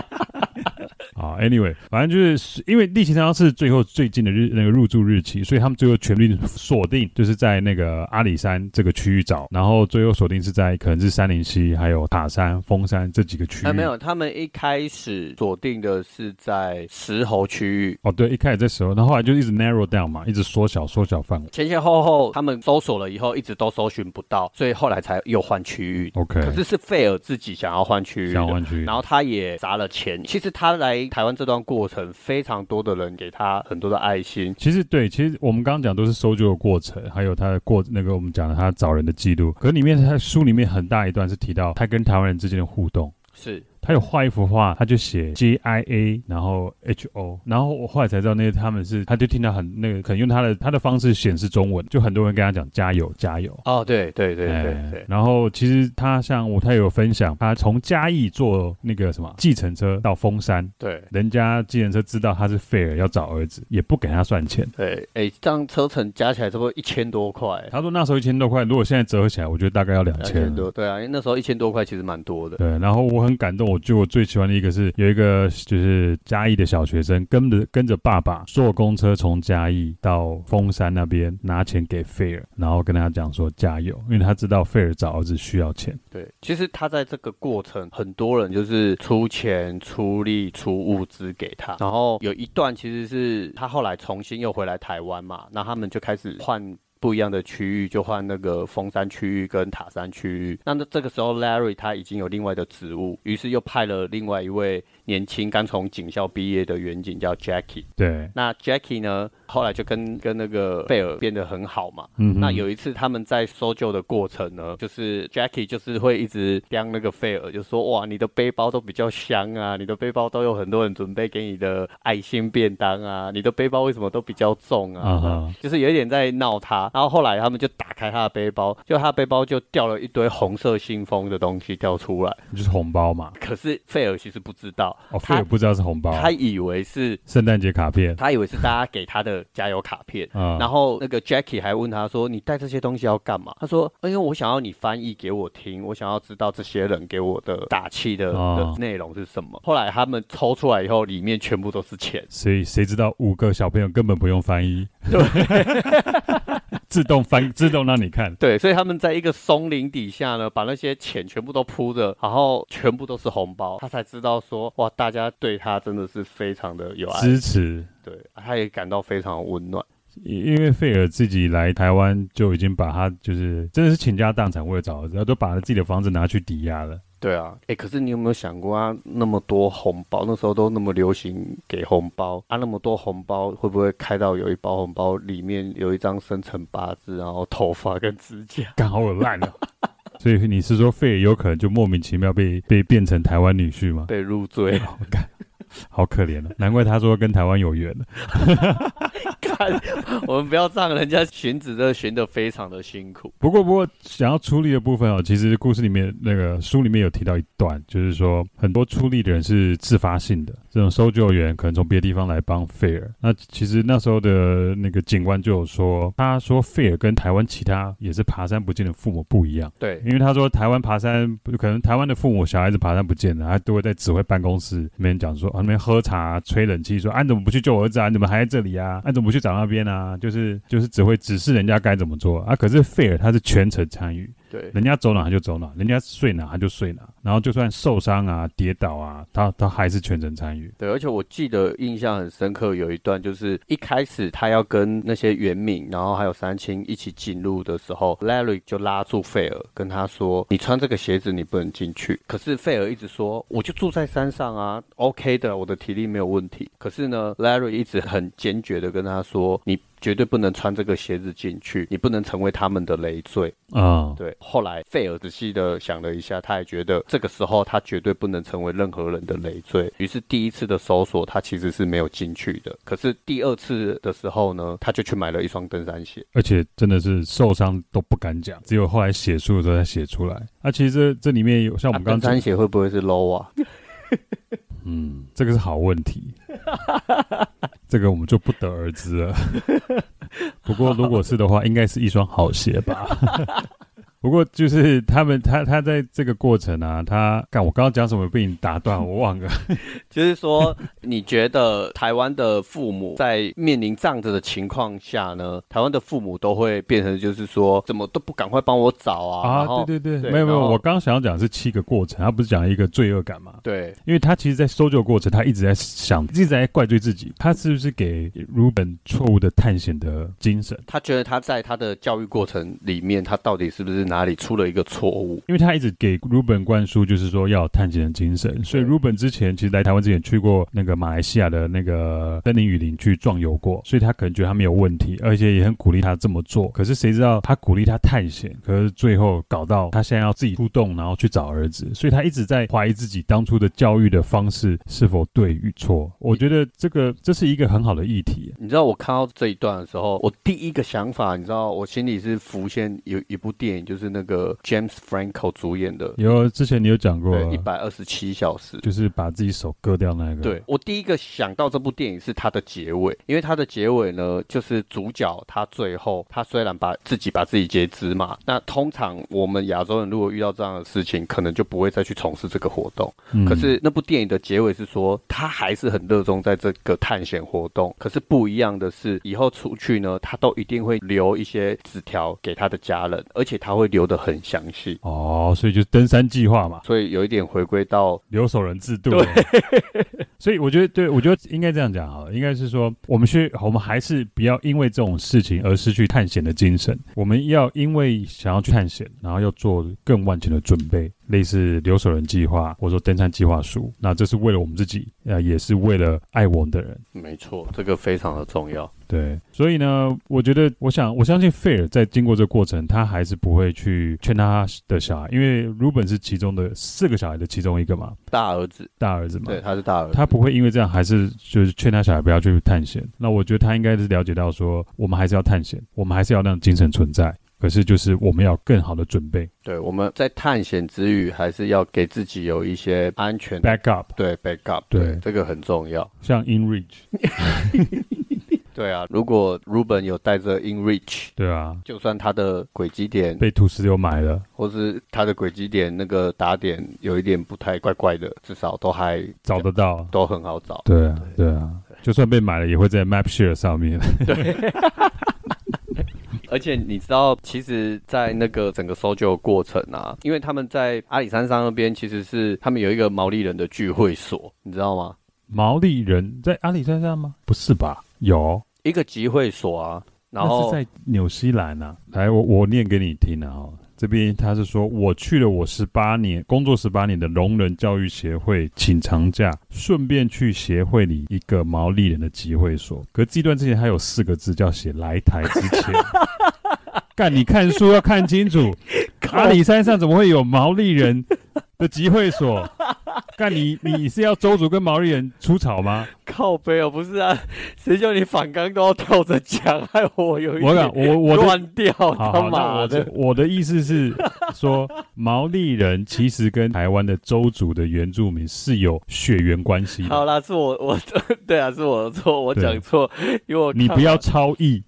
啊？Anyway，反正就是因为《例行山庄》是最后最近的日那个入住日期，所以他们最后全力锁定就是在那个阿里山这个区域找，然后最后锁定是在可能是三林溪、还有塔山、峰山这几个区域。啊，没有，他们一开始锁定的是在石猴区域，哦，对，一开始在时候，然后后来就一直 narrow down 嘛，一直缩小缩小范围。前前后后他们搜索了以后，一直都搜寻不到，所以后来才又换区域。 OK，可是是费尔自己想要换区域想的。湾区然后他也砸了钱。其实他来台湾这段过程，非常多的人给他很多的爱心。其实对，其实我们刚刚讲都是搜救的过程，还有他的过那个我们讲的他找人的记录。可是里面他书里面很大一段是提到他跟台湾人之间的互动。是他有画一幅画，他就写 J I A，然后 H O，然后我后来才知道那个他们是，他就听到很那个，可能用他的他的方式显示中文，就很多人跟他讲加油加油。哦，对对对对哎对，然后其实他像我，他有分享，他从嘉义坐那个什么计程车到峰山，对人家计程车知道他是费尔要找儿子，也不给他算钱。对，哎，这样车程加起来差不多一千多块，他说那时候一千多块，如果现在折合起来，我觉得大概要两两千千。多，对啊，因为那时候一千多块其实蛮多的。对，然后我很感动，我觉得我最喜欢的一个是有一个就是嘉义的小学生跟着跟着爸爸坐公车从嘉义到峰山那边拿钱给费尔，然后跟他讲说加油，因为他知道费尔找儿子需要钱。对，其实他在这个过程，很多人就是出钱、出力、出物资给他。然后有一段其实是他后来重新又回来台湾嘛，那他们就开始换。不一样的区域就换那个峰山区域跟塔山区域。那这个时候，Larry 他已经有另外的职务，于是又派了另外一位年轻刚从警校毕业的远警叫 Jackie。对，那 Jackie 呢，后来就跟跟那个贝尔变得很好嘛。嗯哼，那有一次他们在搜救的过程呢，就是 Jackie 就是会一直刁那个费尔，就说哇，你的背包都比较香啊，你的背包都有很多人准备给你的爱心便当啊，你的背包为什么都比较重啊？啊哈就是有一点在闹他，然后后来他们就打开他的背包，就他的背包就掉了一堆红色信封的东西掉出来，就是红包嘛，可是费尔其实不知道，哦，费他尔不知道是红包，他以为是圣诞节卡片他以为是大家给他的的加油卡片。啊，然后后那个 Jackie 还问他说：“你带这些东西要干嘛？”他说：“因为我想要你翻译给我听，我想要知道这些人给我的打气的哦的内容是什么。”后来他们抽出来以后，里面全部都是钱。 [LAUGHS] 所以谁知道五个小朋友根本不用翻译， [LAUGHS] 自动翻，自动让你 [LAUGHS] 看。对，所以他们在一个松林底下呢，把那些钱全部都铺着，然后全部都是红包，他才知道说，哇，大家对他真的是非常的有爱，支持，对，他也感到非常温暖。因因为费尔自己来台湾就已经把他就是真的是倾家荡产为了找儿子，他都把自己的房子拿去抵押了。对啊，哎，可是你有没有想过啊？那么多红包，那时候都那么流行给红包啊，那么多红包会不会开到有一包红包里面有一张生辰八字，然后头发跟指甲？干好烂啊！所以你是说费尔有可能就莫名其妙被被变成台湾女婿吗？被入赘，好可怜啊！难怪他说跟台湾有缘 [LAUGHS] 啊看我们不要让人家寻子这寻的非常的辛苦。不过，不过想要出力的部分哦，其实故事里面那个书里面有提到一段，就是说很多出力的人是自发性的，这种搜救员可能从别的地方来帮费尔。那其实那时候的那个警官就有说，他说费尔跟台湾其他也是爬山不见的父母不一样。对，因为他说台湾爬山，可能台湾的父母小孩子爬山不见了，他都会在指挥办公室里面讲说，啊那边喝茶、吹冷气，说啊你怎么不去救我儿子啊？你怎么还在这里啊？啊你怎么不去找那边啊？就是就是只会指示人家该怎么做啊。可是费尔他是全程参与，对，人家走哪他就走哪，人家睡哪他就睡哪，然后就算受伤啊、跌倒啊，他他还是全程参与。对，而且我记得印象很深刻，有一段就是一开始他要跟那些原民，然后还有三清一起进入的时候，Larry 就拉住费尔，跟他说：“你穿这个鞋子，你不能进去。”可是费尔一直说：“我就住在山上啊，OK 的，我的体力没有问题。”可是呢，Larry 一直很坚决的跟他说：“你。”绝对不能穿这个鞋子进去，你不能成为他们的累赘。啊、对，后来费尔仔细的想了一下，他也觉得这个时候他绝对不能成为任何人的累赘。于是第一次的搜索，他其实是没有进去的。可是第二次的时候呢，他就去买了一双登山鞋。而且真的是受伤都不敢讲，只有后来写书的时候才写出来。啊，其实这这里面有像我啊们刚登刚山鞋会不会是 low 啊？嗯，这个是好问题，这个我们就不得而知了。不过如果是的话，应该是一双好鞋 [LAUGHS] 吧。不过就是他们，他他在这个过程啊，他干我刚刚讲什么被你打断，我忘了。 [LAUGHS] 就是说，你觉得台湾的父母在面临这样子的情况下呢，台湾的父母都会变成就是说，怎么都不赶快帮我找啊？然啊，后对对对，对没有没有，然后我刚刚想要讲的是七个过程，他不是讲一个罪恶感吗？对因为他其实，在搜救过程，他一直在想，一直在怪罪自己，他是不是给鲁本错误的探险的精神？他觉得他在他的教育过程里面，他到底是不是哪里出了一个错误？因为他一直给 Ruben 灌输，就是说要有探险的精神，所以 Ruben 之前其实来台湾之前去过那个马来西亚的那个森林雨林去壮游过，所以他可能觉得他没有问题，而且也很鼓励他这么做。可是谁知道他鼓励他探险，可是最后搞到他现在要自己出动，然后去找儿子，所以他一直在怀疑自己当初的教育的方式是否对与错。我觉得这个这是一个很好的议题。你知道我看到这一段的时候，我第一个想法，你知道，我心里是浮现有一部电影，就是那个 James Franco 主演的，有之前你有讲过，对，一百二十七小时。就是把自己手割掉那个，对我第一个想到这部电影是它的结尾，因为它的结尾呢，就是主角他最后他虽然把自己把自己截肢嘛，那通常我们亚洲人如果遇到这样的事情，可能就不会再去从事这个活动。嗯可是那部电影的结尾是说，他还是很热衷在这个探险活动。可是不一样的是，以后出去呢，他都一定会留一些纸条给他的家人，而且他会留得很详细。哦，所以就是登山计划嘛。所以有一点回归到留守人制度。 [LAUGHS] 所以我觉得，对我觉得应该这样讲好了，应该是说，我们去，我们还是呃不要因为这种事情而失去探险的精神。我们要因为想要去探险，然后要做更万全的准备，类似留守人计划或者说登山计划书。那这是为了我们自己，呃，也是为了爱我们的人。没错，这个非常的重要。对，所以呢，我觉得，我想，我相信费尔在经过这个过程，他还是不会去劝他的小孩，因为鲁本是其中的四个小孩的其中一个嘛，大儿子，大儿子嘛。对，他是大儿子，嗯他不会因为这样还是就是劝他小孩不要去探险。那我觉得他应该是了解到说，我们还是要探险，我们还是要让精神存在。可是就是我们要更好的准备对我们在探险之余，还是要给自己有一些安全的，back up，对 backup，对这个很重要。像 In Reach。对啊，如果 Ruben 有带着 InReach，对啊，就算他的轨迹点被土石流买了，或是他的轨迹点那个打点有一点不太怪怪的，至少都还找得到。都很好找。对啊，对啊，就算被买了，也会在 MapShare 上面。 [LAUGHS] 而且你知道，其实，在那个整个搜救的过程啊，因为他们在阿里山上那边其实是他们有一个毛利人的聚会所，你知道吗？毛利人在阿里山上吗？不是吧？有，一个集会所啊，然那后是在纽西兰啊。来，我我念给你听啊、哦。这边他是说，我去了我十八年工作十八年的聋人教育协会请长假，顺便去协会里一个毛利人的集会所。可是这段之前还有四个字叫写来台之 [LAUGHS] 前。干，你看书要看清楚，阿里山上怎么会有毛利人的集会所？干，你你是要周族跟毛利人出草 [LAUGHS] 吗？靠背哦，不是啊，谁叫你反刚都要跳着讲，害我有一我讲点我我的乱掉，好他好，那妈我的这！我的意思是说，毛利人其实跟台湾的周族的原住民是有血缘关系好的。啦，是我我 [LAUGHS] 对啊，是我的错，我对讲错，因为我你看不要超译，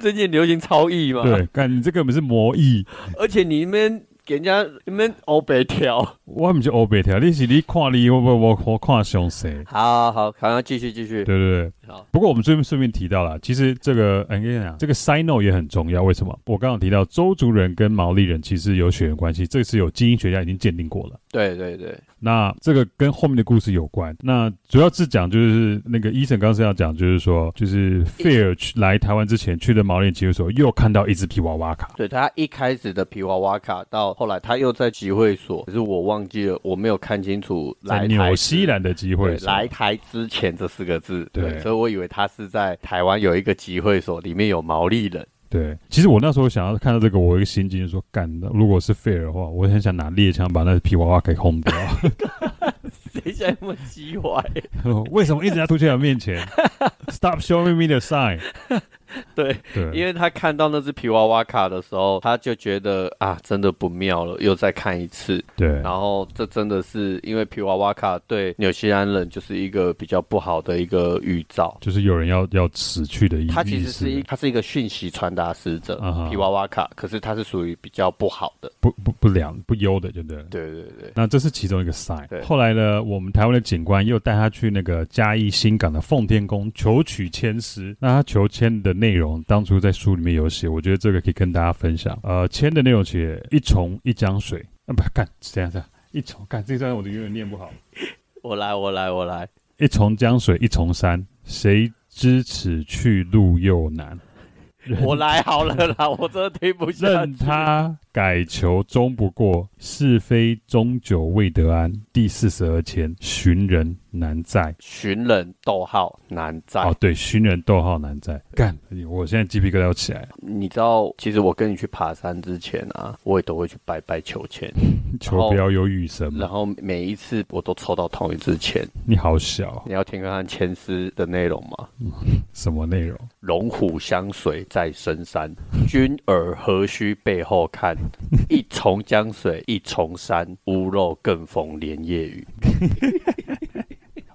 最近流行超译嘛，，对，看你这根本是魔译，而且你那边给人家那边欧北调，我们是欧北条，你是你看你我我我我看上谁？好好好，好，那继续继续对，对对，好，不过我们顺便顺便提到了，其实这个哎，跟你讲，这个 sign no 也很重要。为什么？我刚刚提到周族人跟毛利人其实有血缘关系，这个是有基因学家已经鉴定过了。对对对，那这个跟后面的故事有关。那主要是讲就是那个医生刚刚是要讲，就是说，就是费尔去来台湾之前去的毛利集会所，又看到一只皮娃娃卡。对他一开始的皮娃娃卡，到后来他又在集会所，可是我忘记了，我没有看清楚在来台纽西兰的集会对所，来台之前这四个字，对所以我以为他是在台湾有一个集会所，里面有毛利人，对，其实我那时候想要看到这个，我有一个心境就是说，干，那如果是费尔的话，我很想拿猎枪把那皮娃娃给轰 [LAUGHS] 掉。谁想那么鸡歪？啊为什么一直在出现在我面前？Stop showing me the sign。 [LAUGHS] 对，因对，为他看到那只皮娃娃卡的时候，他就觉得啊，真的不妙了，又再看一次。对，然后这真的是因为皮娃娃卡对纽西兰人就是一个比较不好的一个预兆。就是有人要要死去的意思。它其实是一，它是一个讯息传达使者啊哈，皮娃娃卡，可是它是属于比较不好的。不不不良不优的，对不对了？对对对，那这是其中一个 sign 对。后来呢，我们台湾的警官又带他去那个嘉义新港的奉天宫求取签诗。那他求签的内容，当初在书里面有写，我觉得这个可以跟大家分享。呃，签的内容写一重一江水，啊不干，这样这样一重干，这段我的永远念不好。我来我来我 [LAUGHS] 来，一重江水一重山，谁知此去路又难？我来好了啦， [LAUGHS] 我真的听不下去。任他改求终不过，是非终究未得安。第四十二签，寻人难在。寻人逗号难在、哦，对，寻人逗号难在干，我现在鸡皮疙瘩要起来了。你知道，其实我跟你去爬山之前啊，我也都会去拜拜求签，求不要有雨神然嘛，后每一次我都抽到同一支签。你好小，你要听看看签诗的内容吗？什么内容？龙虎相随在深山，君尔何须背后看？一重江水一重山，屋漏更逢连夜雨。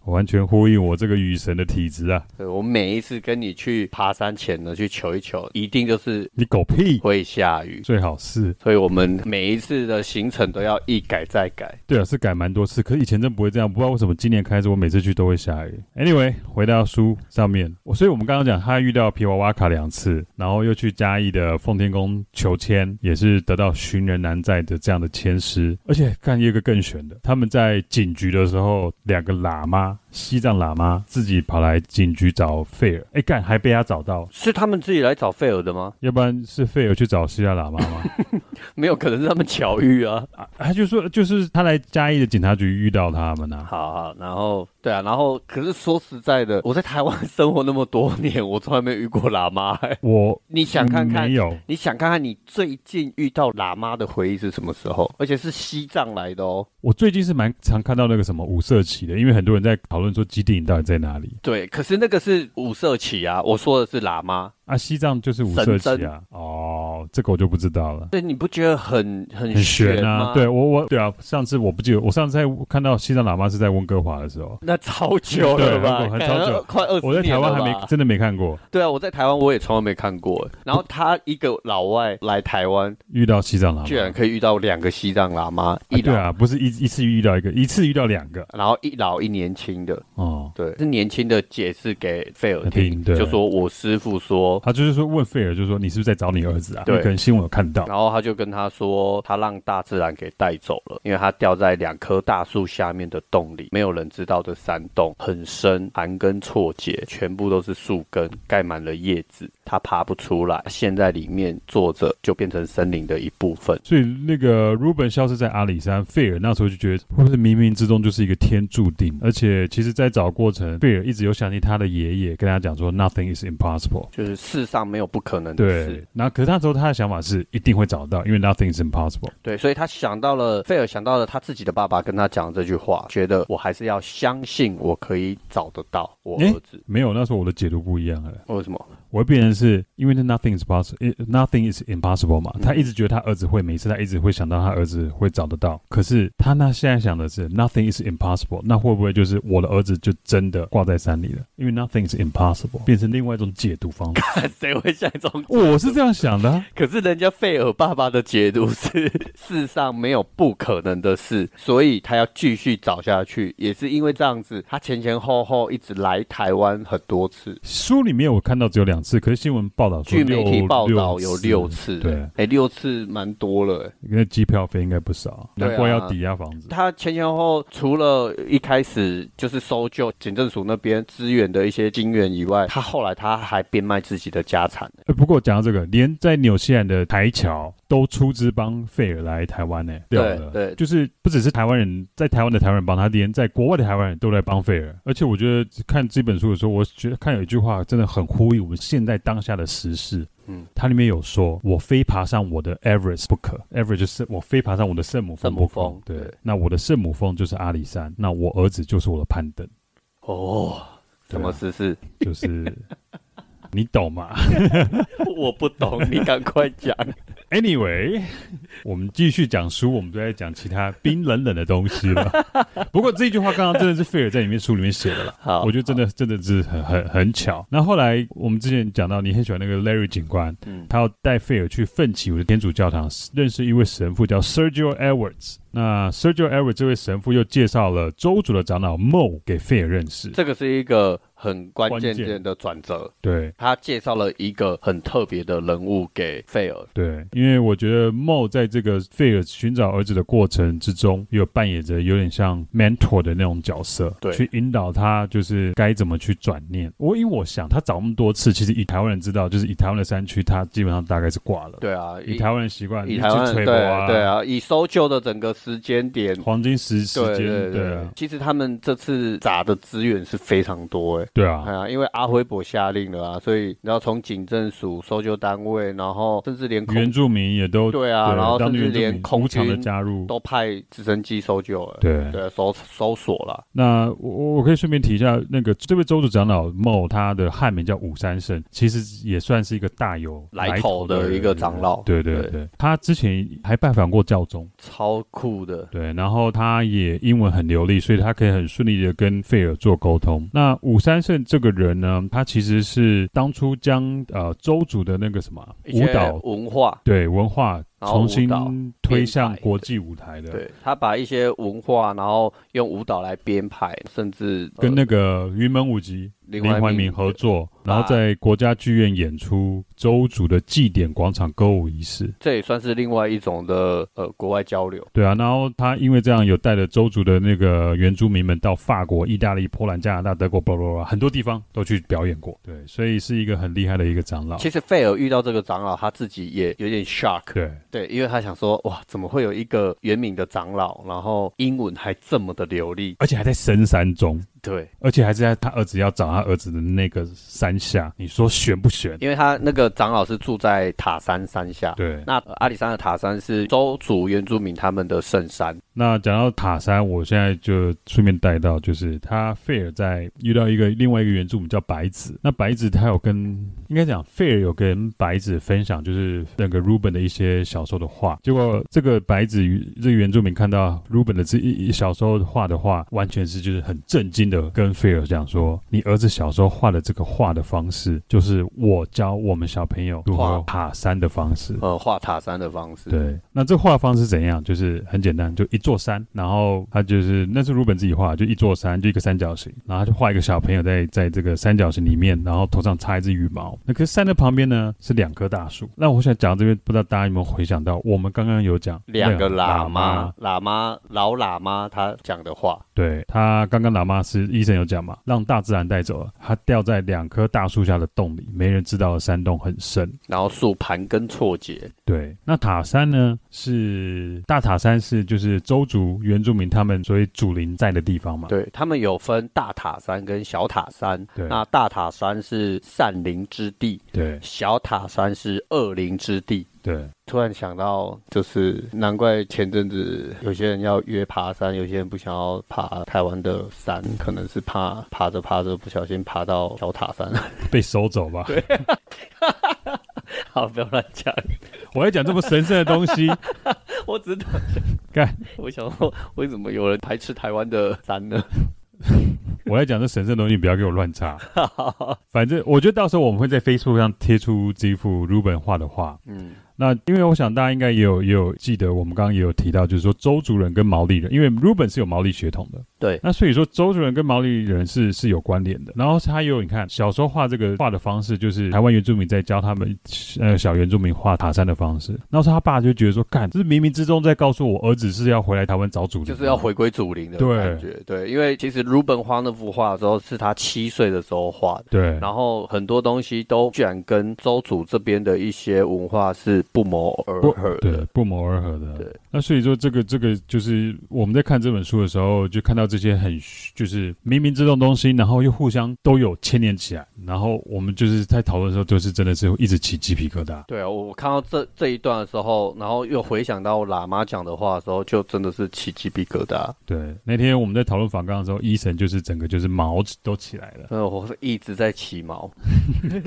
完全呼应我这个雨神的体质啊！对我每一次跟你去爬山前呢，去求一求，一定就是你狗屁，会下雨。最好是所以我们每一次的行程都要一改再改。对啊，是改蛮多次，可是以前真不会这样，不知道为什么今年开始我每次去都会下雨。Anyway，回到书上面，我所以我们刚刚讲他遇到皮娃娃卡两次，然后又去嘉义的奉天宫求签，也是得到寻人难在的这样的签诗。而且看一个更悬的，他们在警局的时候，两个喇嘛，西藏喇嘛自己跑来警局找费尔，哎干还被他找到，是他们自己来找费尔的吗？要不然是费尔去找西藏喇嘛吗？ [LAUGHS] 没有，可能是他们巧遇啊。啊他就说就是他来嘉义的警察局遇到他们啊。好好，然后对啊，然后可是说实在的，我在台湾生活那么多年，我从来没有遇过喇嘛、 [LAUGHS] 欸我你想看看没？有，你想看看你最近遇到喇嘛的回忆是什么时候？而且是西藏来的哦。我最近是蛮常看到那个什么五色旗的，因为很多人在讨论说基地营到底在哪里对，可是那个是五色旗啊，我说的是喇嘛。啊？西藏就是五色旗啊。哦好，这个我就不知道了。对，你不觉得很很很悬悬吗？啊！对，我我对啊，上次我不记得，我上次在看到西藏喇嘛是在温哥华的时候，那超久了吧？对很感超觉久 [LAUGHS] 快二十我在台湾还年了没吧真的没看过对啊，我在台湾我也从来没看过。然后他一个老外来台湾，遇到西藏喇嘛，居然可以遇到两个西藏喇嘛，啊一对老、啊，不是一一次遇到一个，一次遇到两个然后一老一年轻的，哦。对，是年轻的解释给菲尔听，听对就说我师傅说，他就是说问费尔，就说你是不是在找你儿子啊？对可能新闻有看到。然后他就跟他说，他让大自然给带走了，因为他掉在两棵大树下面的洞里，没有人知道的山洞很深，盘根错节，全部都是树根，盖满了叶子，他爬不出来，陷在里面坐着就变成森林的一部分。所以那个 Ruben 消失在阿里山，费尔那时候就觉得会不会冥冥之中就是一个天注定？而且其实，在找过程，费尔一直有想起他的爷爷跟他讲说 “Nothing is impossible”。就是世上没有不可能的对事，，然后可是那时候他的想法是一定会找到，因为 “Nothing is impossible”。对，所以他想到了菲尔，想到了他自己的爸爸跟他讲这句话，觉得我还是要相信我可以找得到我诶儿子。没有，那时候我的解读不一样了。为什么？ [LAUGHS] 我会变成是因为那 nothing is possible，nothing is impossible 嘛，嗯他一直觉得他儿子会，每次他一直会想到他儿子会找得到，可是他那现在想的是 nothing is impossible，那会不会就是我的儿子就真的挂在山里了？因为 nothing is impossible 变成另外一种解读方 [LAUGHS] 法，谁会像这种？我是这样想的啊、可是人家费尔爸爸的解读是世上没有不可能的事，所以他要继续找下去。也是因为这样子，他前前后后一直来台湾很多次，书里面我看到只有两次，可是新闻报道说据媒体六报道有六次，对哎，、六次蛮多了、诶那机票费应该不少，对啊难怪要抵押房子。他前前后后除了一开始就是搜救警政署那边支援的一些金源以外，他后来他还变卖自己的家产。呃不过讲到这个，连在纽西兰的台侨都出资帮费尔来台湾呢、掉了对就是不只是台湾人在台湾的台湾人帮他，连在国外的台湾人都来帮费尔。而且我觉得看这本书的时候，我觉得看有一句话真的很呼应我们现在当下的时事。嗯嗯，它里面有说，我非爬上我的 Everest 不可，Everest 就是我非爬上我的圣母峰不可。圣母峰对，对那我的圣母峰就是阿里山，那我儿子就是我的攀登，哦，什么事是？ [LAUGHS] 就是 [LAUGHS] 你懂吗？我不懂，你赶快讲。 Anyway，我们继续讲书，我们都在讲其他冰冷冷的东西了。 [LAUGHS] 不过这句话刚刚真的是菲尔在里面书里面写的了，好，我觉得真的真的是很很很巧。那后来我们之前讲到，你很喜欢那个 Larry 警官，嗯他要带菲尔去奋起我的天主教堂，认识一位神父叫 Sergio Edwards。那 Sergio Edwards 这位神父又介绍了州主的长老 Mo 给菲尔认识。这个是一个很关键关键的转折。对，他介绍了一个很特别的人物给费尔，对，因为我觉得莫在这个费尔寻找儿子的过程之中，有扮演着有点像 mentor 的那种角色，对去引导他就是该怎么去转念。我因为我想他找那么多次，其实以台湾人知道，就是以台湾的山区，他基本上大概是挂了。，对啊，以台湾人习惯，以你台湾去吹对波啊，对，啊，以搜救的整个时间点，黄金时时对间，对对对啊，其实他们这次砸的资源是非常多哎、对啊哎呀，因为阿辉伯下令了啊，所以你要从警政署、搜救单位，然后甚至连原空住民也都对啊，然后当甚地至原住连民空无偿的军加入，都派直升机搜救了，对对，搜搜索了，那我我我可以顺便提一下，那个这位州主长老茂，他的汉名叫武山胜，其实也算是一个大有来头的一个长老对对对对，他之前还拜访过教宗，超酷的，对，然后他也英文很流利，所以他可以很顺利的跟费尔做沟通。那武山胜这个人呢，他其实是当初将呃州主的那个什么啊一舞些蹈文化，对文化然后舞重新蹈推向编排国际舞台的，对他把一些文化，然后用舞蹈来编排，甚至跟呃那个云门舞集林林怀怀民民合作，把然后在国家剧院演出周主的祭典广场歌舞仪式。这也算是另外一种的呃国外交流。对啊，然后他因为这样有带着周族的那个原住民们到法国、意大利、波兰、加拿大、德国，巴拉巴拉很多地方都去表演过。对，所以是一个很厉害的一个长老。其实费尔遇到这个长老，他自己也有点 shock，对，对，因为他想说，哇，怎么会有一个原名的长老，然后英文还这么的流利？而且还在深山中。对，而且还是在他儿子要找他儿子的那个山下，你说悬不悬？因为他那个长老是住在塔山山下。对，那呃阿里山的塔山是周族原住民他们的圣山，那讲到塔山，我现在就顺便带到，就是他费尔在遇到一个另外一个原著名叫白子，那白子他有跟应该讲费尔有跟白子分享，就是那个 Ruben 的一些小时候的画，结果这个白子与这个原住民看到 Ruben 的这一一小时候画的画，完全是就是很震惊的跟费尔讲说，你儿子小时候画的这个画的方式，就是我教我们小朋友如何画爬山的方式。呃，画塔山的方式。对，那这画方是怎样？就是很简单，就一座山，然后他就是那是鲁本自己画，就一座山，就一个三角形，然后他就画一个小朋友在 [LAUGHS] 在这个三角形里面，然后头上插一只羽毛。那可是山的旁边呢是两棵大树。那我想讲到这边，不知道大家有没有回想到，我们刚刚有讲两个那喇嘛，，喇嘛老喇嘛他讲的话，对他刚刚喇嘛是医生有讲嘛，让大自然带走了，他掉在两棵大树下的洞里，没人知道的山洞很深。然后树盘根错节，对，那塔山呢是大塔山是就是周族原住民他们所以祖灵在的地方嘛。对他们有分大塔山跟小塔山。对那大塔山是善灵之地，对小塔山是恶灵之地。对突然想到，就是难怪前阵子有些人要约爬山，有些人不想要爬台湾的山，可能是怕爬着爬着不小心爬到小塔 [LAUGHS] 山。被收走吧。好，不要乱讲，我要讲这么神圣的东西，我只是干，我想说，为什么有人排斥台湾的山呢？我要讲这神圣的东西，不要给我乱插。反正我觉得到时候我们会在 Facebook 上贴出这幅 Ruben 画的画，嗯，那因为我想大家应该也有也有记得，我们刚刚也有提到，就是说周族人跟毛利人，因为 Ruben 是有毛利血统的，对那所以说周族人跟毛利人是是有关联的。然后他也有你看小时候画这个画的方式，就是台湾原住民在教他们呃小原住民画塔山的方式。然后他爸就觉得说，干，这是冥冥之中在告诉我儿子是要回来台湾找祖灵，就是要回归祖灵的对感觉。对，因为其实 Ruben 画那幅画的时候是他七岁的时候画的。对然后很多东西都居然跟周族这边的一些文化是不谋而不合对的，，不谋而合的。对，那所以说这个这个就是我们在看这本书的时候，就看到这些很虚就是冥冥之中的东西，然后又互相都有牵连起来，然后我们就是在讨论的时候，就是真的是一直起鸡皮疙瘩。对啊，我我看到这这一段的时候，然后又回想到喇嘛讲的话的时候，就真的是起鸡皮疙瘩。对，那天我们在讨论反纲的时候，医生就是整个就是毛都起来了。嗯，我是一直在起毛。嗯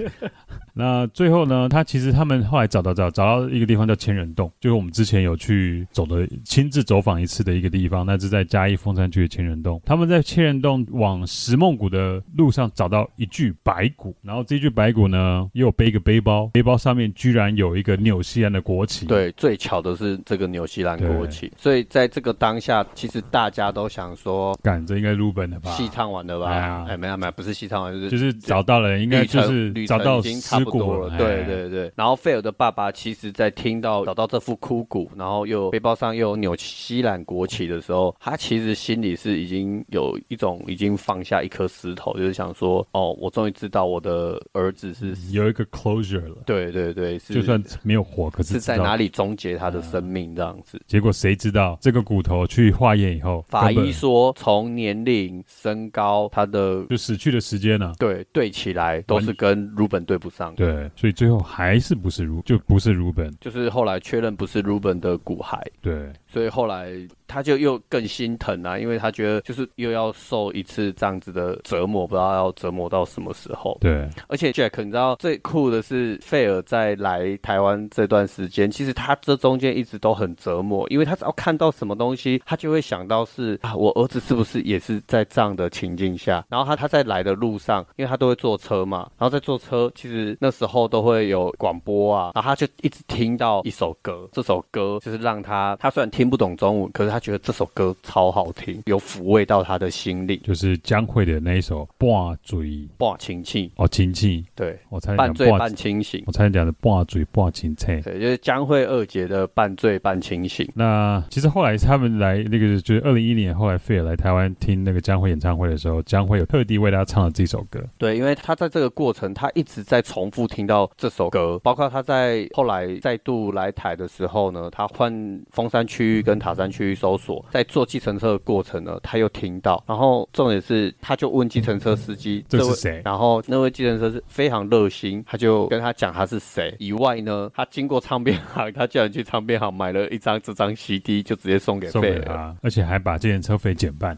那最后呢，他其实他们后来找到找找到一个地方叫千人洞，就是我们之前有去走的亲自走访一次的一个地方，那是在嘉义凤山区的千人洞。他们在千人洞往石梦谷的路上找到一具白骨，然后这具白骨呢也有背一个背包，背包上面居然有一个纽西兰的国旗。对，最巧的是这个纽西兰国对旗，所以在这个当下，其实大家都想说干，这应该入本的吧？戏唱完了吧？哎呀哎，没有没有，不是戏唱完，就是就是找到了，应该旅就程是旅找程到已经差尸不骨多了，哎对对对。然后菲尔的爸爸其实，在听到找到这副枯骨，然后又背包上又有纽西兰国旗的时候，他其实心里是已经有一种已经放下一颗石头，就是想说，哦，我终于知道我的儿子是，有一个 closure 了，对对对，是嗯就算没有火，可是是在知道嗯哪里终结他的生命这样子。结果谁知道这个骨头去化验以后，法根本医说，从年龄、身高、他的就死去的时间呢、啊对对起来都是跟鲁本对不上。，对，所以最后还是不是如就不是如本。就是后来确认不是鲁本的骨骸，对所以后来他就又更心疼啊，因为他觉得就是又要受一次这样子的折磨，不知道要折磨到什么时候。对而且 Jack，你知道最酷的是，费尔在来台湾这段时间，其实他这中间一直都很折磨，因为他只要看到什么东西，他就会想到是啊，我儿子是不是也是在这样的情境下？然后他他在来的路上，因为他都会坐车嘛，然后在坐车，其实那时候都会有广播啊，然后他就一直听到一首歌，这首歌就是让他，他虽然听不懂中文，可是他觉得这首歌超好听，有抚慰到他的心灵，就是江蕙的那一首《半嘴》半清醒，哦，亲戚，对，我差半点醉讲半半，清醒。我差点讲的半嘴半青菜。对，就是江惠二姐的半醉半清醒。那其实后来他们来那个就是二零一零年，后来费尔来台湾听那个江蕙演唱会的时候，江蕙有特地为他唱了这首歌。对，因为她在这个过程，她一直在重复听到这首歌，包括她在后来再度来台的时候呢，她换峰山区跟塔山区收搜索，在坐计程车的过程呢，他又听到，然后重点是他就问计程车司机嗯这是位谁然后那位计程车是非常热心，他就跟他讲他是谁。以外呢，他经过唱片行，他叫人去唱片行买了一张这张 CD，就直接送给送贝给 [LAUGHS] 尔。他，而且还把这程车费减半。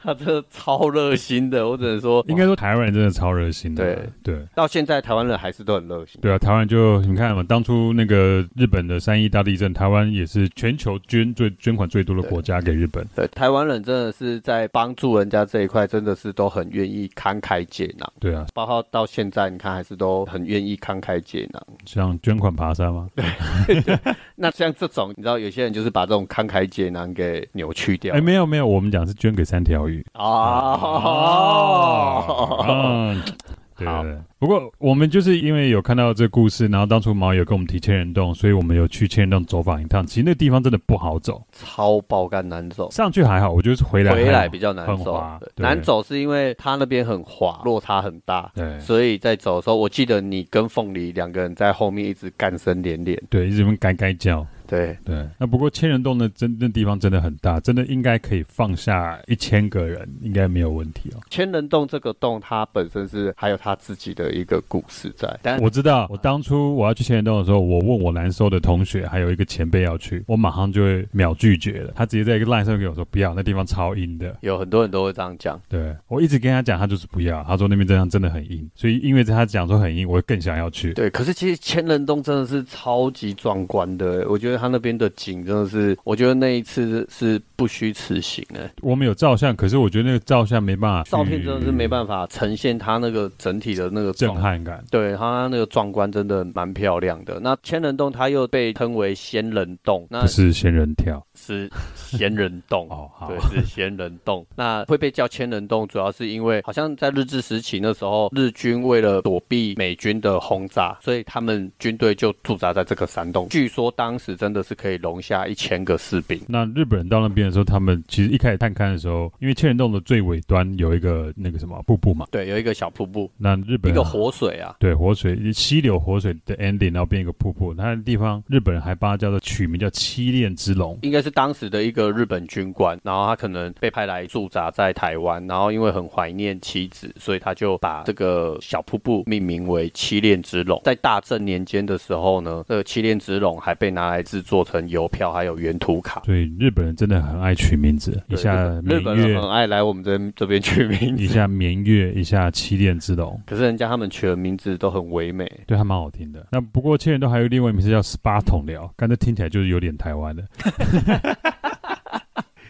他真的超热心的，我只能说，应该说台湾人真的超热心的啊，对。到现在台湾人还是都很热心。对啊，台湾就你看嘛，当初那个日本的三一大地震，台湾也是全球捐最捐款最多的国家给日本。对，台湾人真的是在帮助人家这一块，真的是都很愿意慷慨解囊，对啊，包括到现在，你看还是都很愿意慷慨解囊。像捐款爬山嘛，那像这种，你知道有些人就是把这种慷慨解囊给扭曲掉哎，没有没有，我们讲是捐给三条鱼。哦。 [LAUGHS] 嗯，对好对对。不过我们就是因为有看到这故事，然后当初毛友跟我们提千人洞，所以我们有去千人洞走访一趟。其实那地方真的不好走，超爆肝难走，上去还好，我觉得是回来回还来好比较难很走滑，对对难走是因为它那边很滑，落差很大。对所以在走的时候，我记得你跟凤梨两个人在后面一直干声连连。对，一直在那边改改叫。对，对，那不过千人洞的真那地方真的很大，真的应该可以放下一千个人，应该没有问题哦。千人洞这个洞，它本身是还有它自己的一个故事在。但我知道，我当初我要去千人洞的时候，我问我南收的同学，还有一个前辈要去，我马上就会秒拒绝了。他直接在一个 line 上面给我说不要，那地方超阴的。有很多人都会这样讲，对我一直跟他讲，他就是不要，他说那边这样真的很阴，所以因为他讲说很阴，我更想要去。对。可是其实千人洞真的是超级壮观的，我觉得它那边的景真的是，我觉得那一次是不虚此行哎，我们有照相，可是我觉得那个照相没办法去，照片真的是没办法呈现它那个整体的那个震状态。撼感。对它那个壮观真的蛮漂亮的。那千人洞它又被称为仙人洞，那不是仙人跳是仙人洞 [LAUGHS] 哦，好对，是仙人洞。 [LAUGHS] 那会被叫千人洞，主要是因为好像在日治时期那时候，日军为了躲避美军的轰炸，所以他们军队就驻扎在这个山洞。据说当时真的是可以容下一千个士兵。那日本人到那边的时候，他们其实一开始探勘的时候，因为千人洞的最尾端有一个那个什么瀑布嘛，对，有一个小瀑布，那日一本个活水啊。对活水溪流活水的 ending，然后变一个瀑布，那地方日本人还把它叫做取名叫七恋之龙。应该是当时的一个日本军官，然后他可能被派来驻扎在台湾，然后因为很怀念妻子，所以他就把这个小瀑布命名为七恋之龙。在大正年间的时候呢，这个七恋之龙还被拿来制作成邮票还有原图卡。所以日本人真的很爱取名字，一对下日明本人月，很爱来我们这边这边取名一字，下明月，一下七恋之龙，可是人家他们取的名字都很唯美。对，还蛮好听的。那不过千人洞还有另外一名是叫十八桶寮，刚才听起来就是有点台湾 [LAUGHS] 的。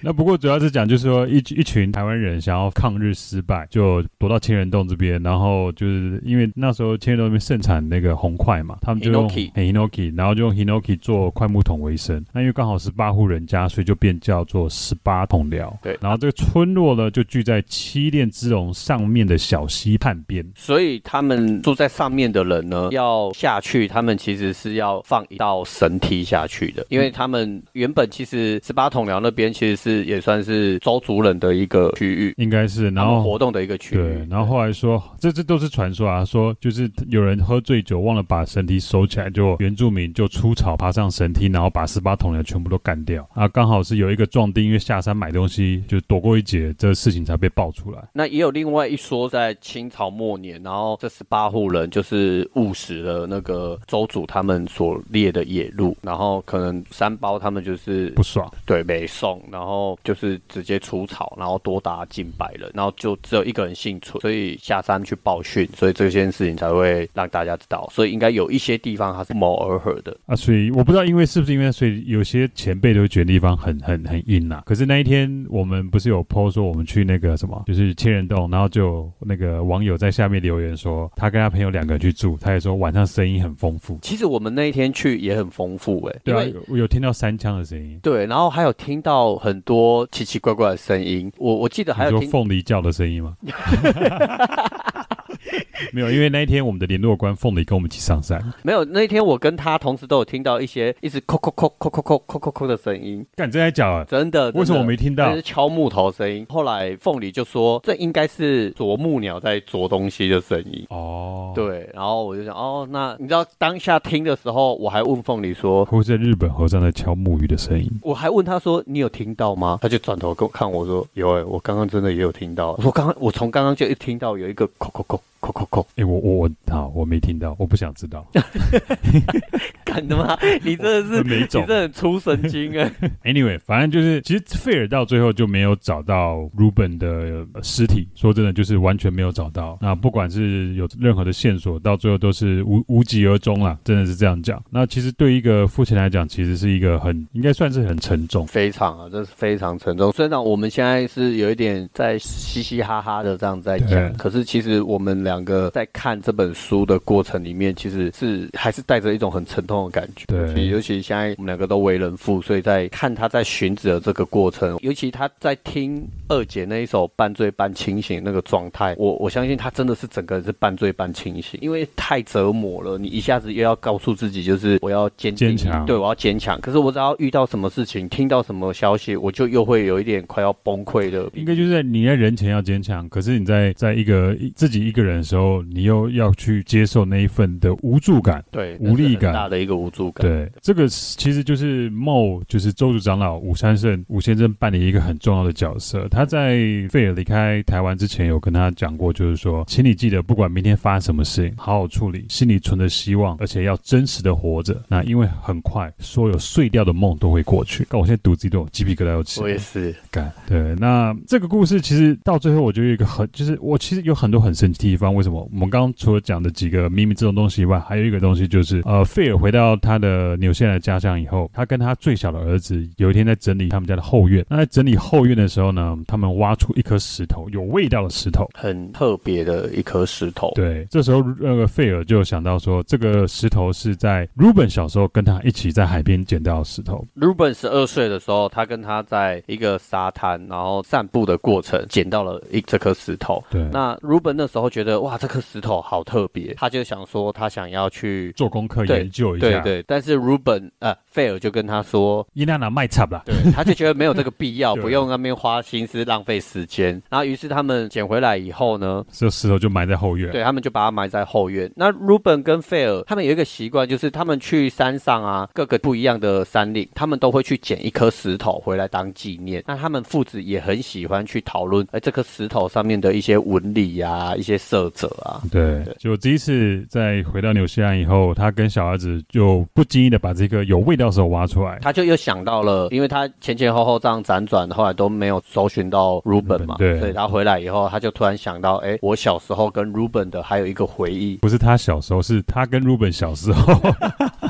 那不过主要是讲，就是说一一群台湾人想要抗日失败，就躲到千人洞这边，然后就是因为那时候千人洞那边盛产那个红块嘛，他们就用 Hinoki 嘿 hinoki，然后就用 hinoki 做快木桶为生。那因为刚好十八户人家，所以就便叫做十八桶寮。对然后这个村落呢就聚在七恋之龙上面的小溪畔边。所以他们住在上面的人呢，要下去，他们其实是要放一道绳梯下去的，因为他们原本其实十八桶寮那边其实是也算是周族人的一个区域，应该是，然他们后活动的一个区对域，。然后后来说，这这都是传说啊，说就是有人喝醉酒忘了把绳梯收起来，就原住民就出草爬上绳梯，然后把十八铜人全部都干掉啊。刚好是有一个壮丁因为下山买东西就躲过一劫，这事情才被爆出来。那也有另外一说，在清朝末年，然后这十八户人就是误食了那个周主他们所猎的野鹿，然后可能三胞他们就是不爽，对，北宋，然后就是直接除草，然后多达近百人，然后就只有一个人幸存，所以下山去报讯，所以这件事情才会让大家知道，所以应该有一些地方它是不谋而合的。啊，所以我不知道，因为是不是因为，所以有些前辈都会觉得地方很很很硬啊。可是那一天我们不是有 PO 说我们去那个什么，就是千人洞，然后就有那个网友在下面留言说，他跟他朋友两个人去住，他也说晚上声音很丰富。其实我们那一天去也很丰富、欸，对啊因为，我有听到三枪的声音，对，然后还有听到很多奇奇怪怪的声音，我我记得还你说有 [LAUGHS] 听凤梨叫的声音吗？ [LAUGHS] 没有，因为那一天我们的联络官凤梨跟我们一起上山，没有，那一天我跟他同时都有听到一些一直扣扣扣扣扣扣扣扣扣的声音，干真在讲啊，真呃的。真的为什么我没听到那是？敲木头声音。后来凤梨就说，这应该是啄木鸟在啄东西的声音。哦，，对，然后我就想，哦，那你知道当下听的时候，我还问凤梨说，会不会是日本和尚在敲木鱼的声音？我还问他说：“你有听到吗？”他就转头跟我看我说：“有哎、我刚刚真的也有听到。”我说：“刚刚我从刚刚就一听到有一个扣扣扣扣扣扣，哎、我我我，好，我没听到，我不想知 [LAUGHS] 道。干的吗？你真的是我没种你真的很出神经哎、 Anyway，反正就是，其实费尔到最后就没有找到 Ruben 的呃尸体。说真的，就是完全没有找到。那不管是有任何的线索，到最后都是无无疾而终啦，真的是这样讲。那其实对一个父亲来讲，其实是一个很应该算是很沉重。非常啊，真是非常沉重。虽然我们现在是有一点在嘻嘻哈哈的这样在对讲，可是其实我们两个在看这本书的过程里面，其实是还是带着一种很沉痛的感觉。对尤其尤其现在我们两个都为人父，所以在看他在寻子的这个过程，尤其他在听二姐那一首《半醉半清醒》那个状态，我我相信他真的是整个人是半醉半清醒，因为太折磨了。你一下子又要告诉自己，就是我要坚定坚强对我要坚强。可是我只要遇到什么事情，听到什么消息，我就又会有一点快要崩溃的。应该就是在你在人前要坚强，可是你在在一个一自己一个人的时候，你又要去接受那一份的无助感。对无力那是很感大的一个无助感。对，这个是其实就是茂，就是周主长老武山胜武先生扮演一个很重要的角色。他在费尔离开台湾之前，有跟他讲过，就是说，请你记得，不管明天发生什么事情，好好处理，心里存着希望，而且要真实的活着。那因为很快，所有碎掉的梦都会过去。但我现在读自己都有鸡皮疙瘩要起。我也是，感。对，那这个故事其实到最后，我觉得有一个很，就是我其实有很多很神奇的地方。为什么？我们刚刚除了讲的几个秘密这种东西以外，还有一个东西就是，呃，费尔回到他的纽西兰的家乡以后，他跟他最小的儿子有一天在整理他们家的后院。那在整理后院的时候呢，他们挖出一颗石头，有味道的石头。很特别的一颗石头。对，这时候那个费尔就想到说，这个石头是在 Ruben 小时候跟他一起在海边捡到的石头。 Ruben 十二岁的时候，他跟他在一个沙滩，然后散步的过程捡到了一这颗石头。对，那 Ruben 那时候觉得哇，这颗石头好特别，他就想说他想要去。做功课对研究一下。对，对，但是 Ruben 呃，费尔就跟他说，伊娜娜卖惨啦。对，他就觉得没有这个必要，对不用那边花心思浪费时间。然后于是他们捡回来以后呢，这石头就埋在后院。对他们就把它埋在后院。那 Ruben 跟费尔他们有一个习惯，就是他们去山上啊，各个不一样的山岭，他们都会去捡一颗石头回来当纪念。那他们父子也很喜欢去讨论，哎，这颗石头上面的一些纹理啊，一些色泽啊。对，就这一次在回到纽西兰以后，他跟小儿子就不经意的把这个有味道的石头挖出来。他就又想到了，因为他前前后后这样辗转，后来都没有搜寻到 Ruben 嘛，对所以他回来以后，他就突然想到，哎，我小时候跟 Ruben 的还有一个回忆，不是他小时候，是他跟 Ruben 小时候。 [LAUGHS]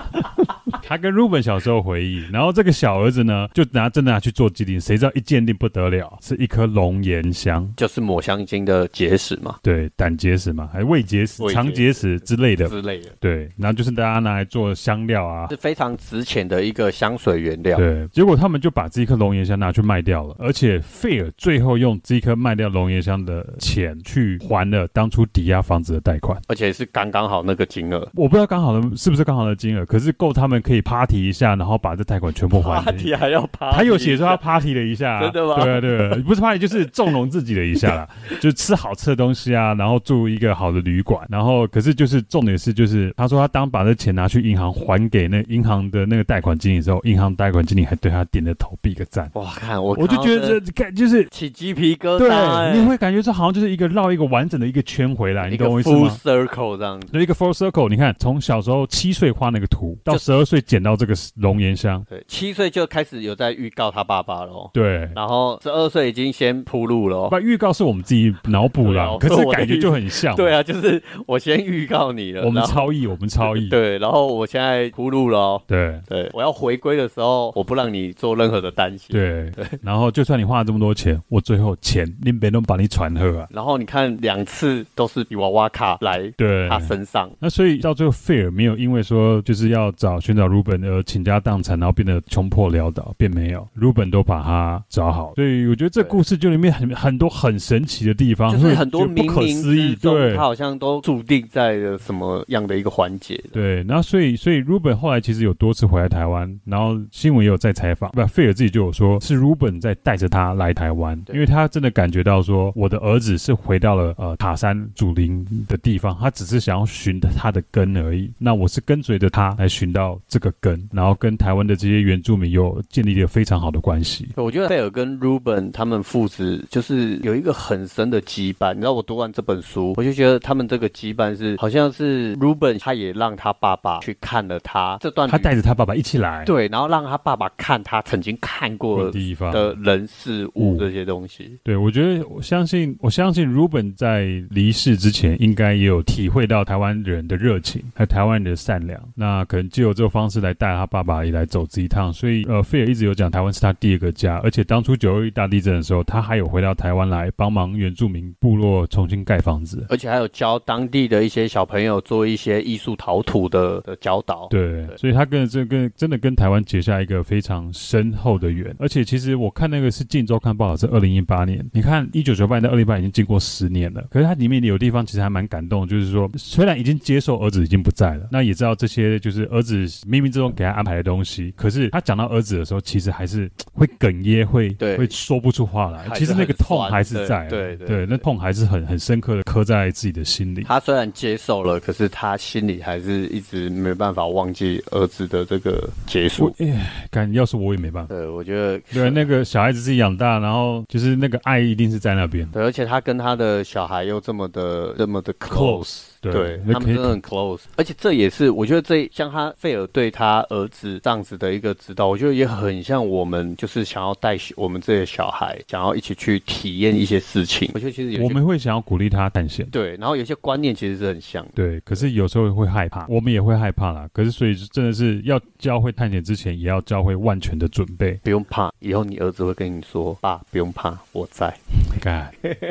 他跟 Ruben 小时候回忆，然后这个小儿子呢，就拿真的拿去做鉴定，谁知道一鉴定不得了，是一颗龙涎香，就是抹香鲸的结石嘛对，胆结石嘛，还胃结石、胃结石肠结石之类的，之类的，对，然后就是大家拿来做香料啊是，非常值钱的一个香水原料。对，结果他们就把这一颗龙涎香拿去卖掉了，而且费尔最后用这一颗卖掉龙涎香的钱去还了当初抵押房子的贷款。而且是刚刚好那个金额。我不知道刚好的是不是刚好的金额，可是够他们可以 party 一下，然后把这贷款全部还清。 [LAUGHS] 还要爬，他有写说他 party 了一下、啊，真的吗对啊，对啊，不是 party 就是纵容自己了一下 [LAUGHS] 啦，就吃好吃的东西啊，然后住一个好的旅馆，然后可是就是重点是就是他说他当把这钱拿去银行还给那银行的那个贷款经理之后，银行贷款经理还对他点了头比个赞。哇，看我我就觉得这感就是起鸡皮疙对瘩、，欸，你会感觉这好像就是一个绕一个完整的一个圈回来，你一个懂我意思 full 吗？ circle 这样子。就一个 full circle，你看从小时候七岁画那个图，到就十二岁捡到这个龙涎香，对，七岁就开始有在预告他爸爸咯，对，然后十二岁已经先铺路了哦。不，预告是我们自己脑补对啦啊， [LAUGHS] 可是我的感意觉思就很像，对，啊，就是我先预告你了，我们然后超意，我们超意，对，然后我现在铺路了哦。对。对，我要回归的时候，我不让你做任何的担心。对，然后就算你花了这么多钱，我最后钱你没能把你传喝啊。然后你看两次都是比娃娃卡来对，他身上，那所以到最后，费尔没有因为说就是要找寻找 Ruben Ruben 而倾家荡产，然后变得穷破潦倒，并没有 Ruben 都把他找好。所以我觉得这对故事就里面很很多很神奇的地方，就是很多会觉得冥不可冥思议，之中，对它。好像都注定在了什么样的一个环节。对，然后所以所以 Ruben 后来其实有多次回来台湾，然后新闻也有在采访，不，费尔自己就有说是 Ruben 在带着他来台湾，对因为他真的感觉到说我的儿子是回到了呃塔山祖灵的地方，他只是想要寻他的根而已。那我是跟随着他来寻到这个根，然后跟台湾的这些原住民有建立了非常好的关系。我觉得贝尔跟 Ruben 他们父子就是有一个很深的羁绊。你知道我读完这本书，我就觉得他们这个羁绊是好像是 Ruben 他也让他爸爸去看了他这段旅，他带着他爸爸一起来，嗯对，然后让他爸爸看他曾经看过的地方的人事物嗯这些东西。对，我觉得我相信，我相信 Ruben 在离世之前，应该也有体会到台湾人的热情，还有台湾人的善良。那可能借由这个方式来带他爸爸也来走这一趟。所以，呃，菲尔一直有讲台湾是他第二个家，而且当初九二一大地震的时候，他还有回到台湾来帮忙原住民部落重新盖房子。而且还有教当地的一些小朋友做一些艺术陶土的的教导。对，对所以他跟这跟真的跟台湾结下一个非常深厚的缘。而且其实我看那个是《镜周刊》报道，是二零一八年。你看一九九八年到二零一八已经经过十年了，可是它里面有地方其实还蛮感动，就是说虽然已经接受儿子已经不在了，那也知道这些就是儿子冥冥之中给他安排的东西，可是他讲到儿子的时候，其实还是会哽咽，会对会说不出话来。还是其实那个痛很酸还是在啊，对对对对，那对痛还是很很深刻的刻在自己的心里。他虽然接受了，可是他心里还是一直没办法忘记儿子的这个结我束。哎，感要是我也没办法。对，我觉得对，那个小孩子自己养大，然后就是那个爱一定是在那边。对，而且他跟他的小孩又这么的这么的 Close， close，, 对那他可以们真的很 close，而且这也是我觉得这像他费尔对他儿子这样子的一个指导，我觉得也很像我们就是想要带我们这些小孩，想要一起去体验一些事情。我觉得其实有我些们会想要鼓励他探险，对，然后有些观念其实是很像的。对，可是有时候会害怕，我们也会害怕啦。可是所以真的是要教会探险之前，也要教会万全的准备。不用怕，以后你儿子会跟你说：“爸，不用怕，我在。干， [LAUGHS]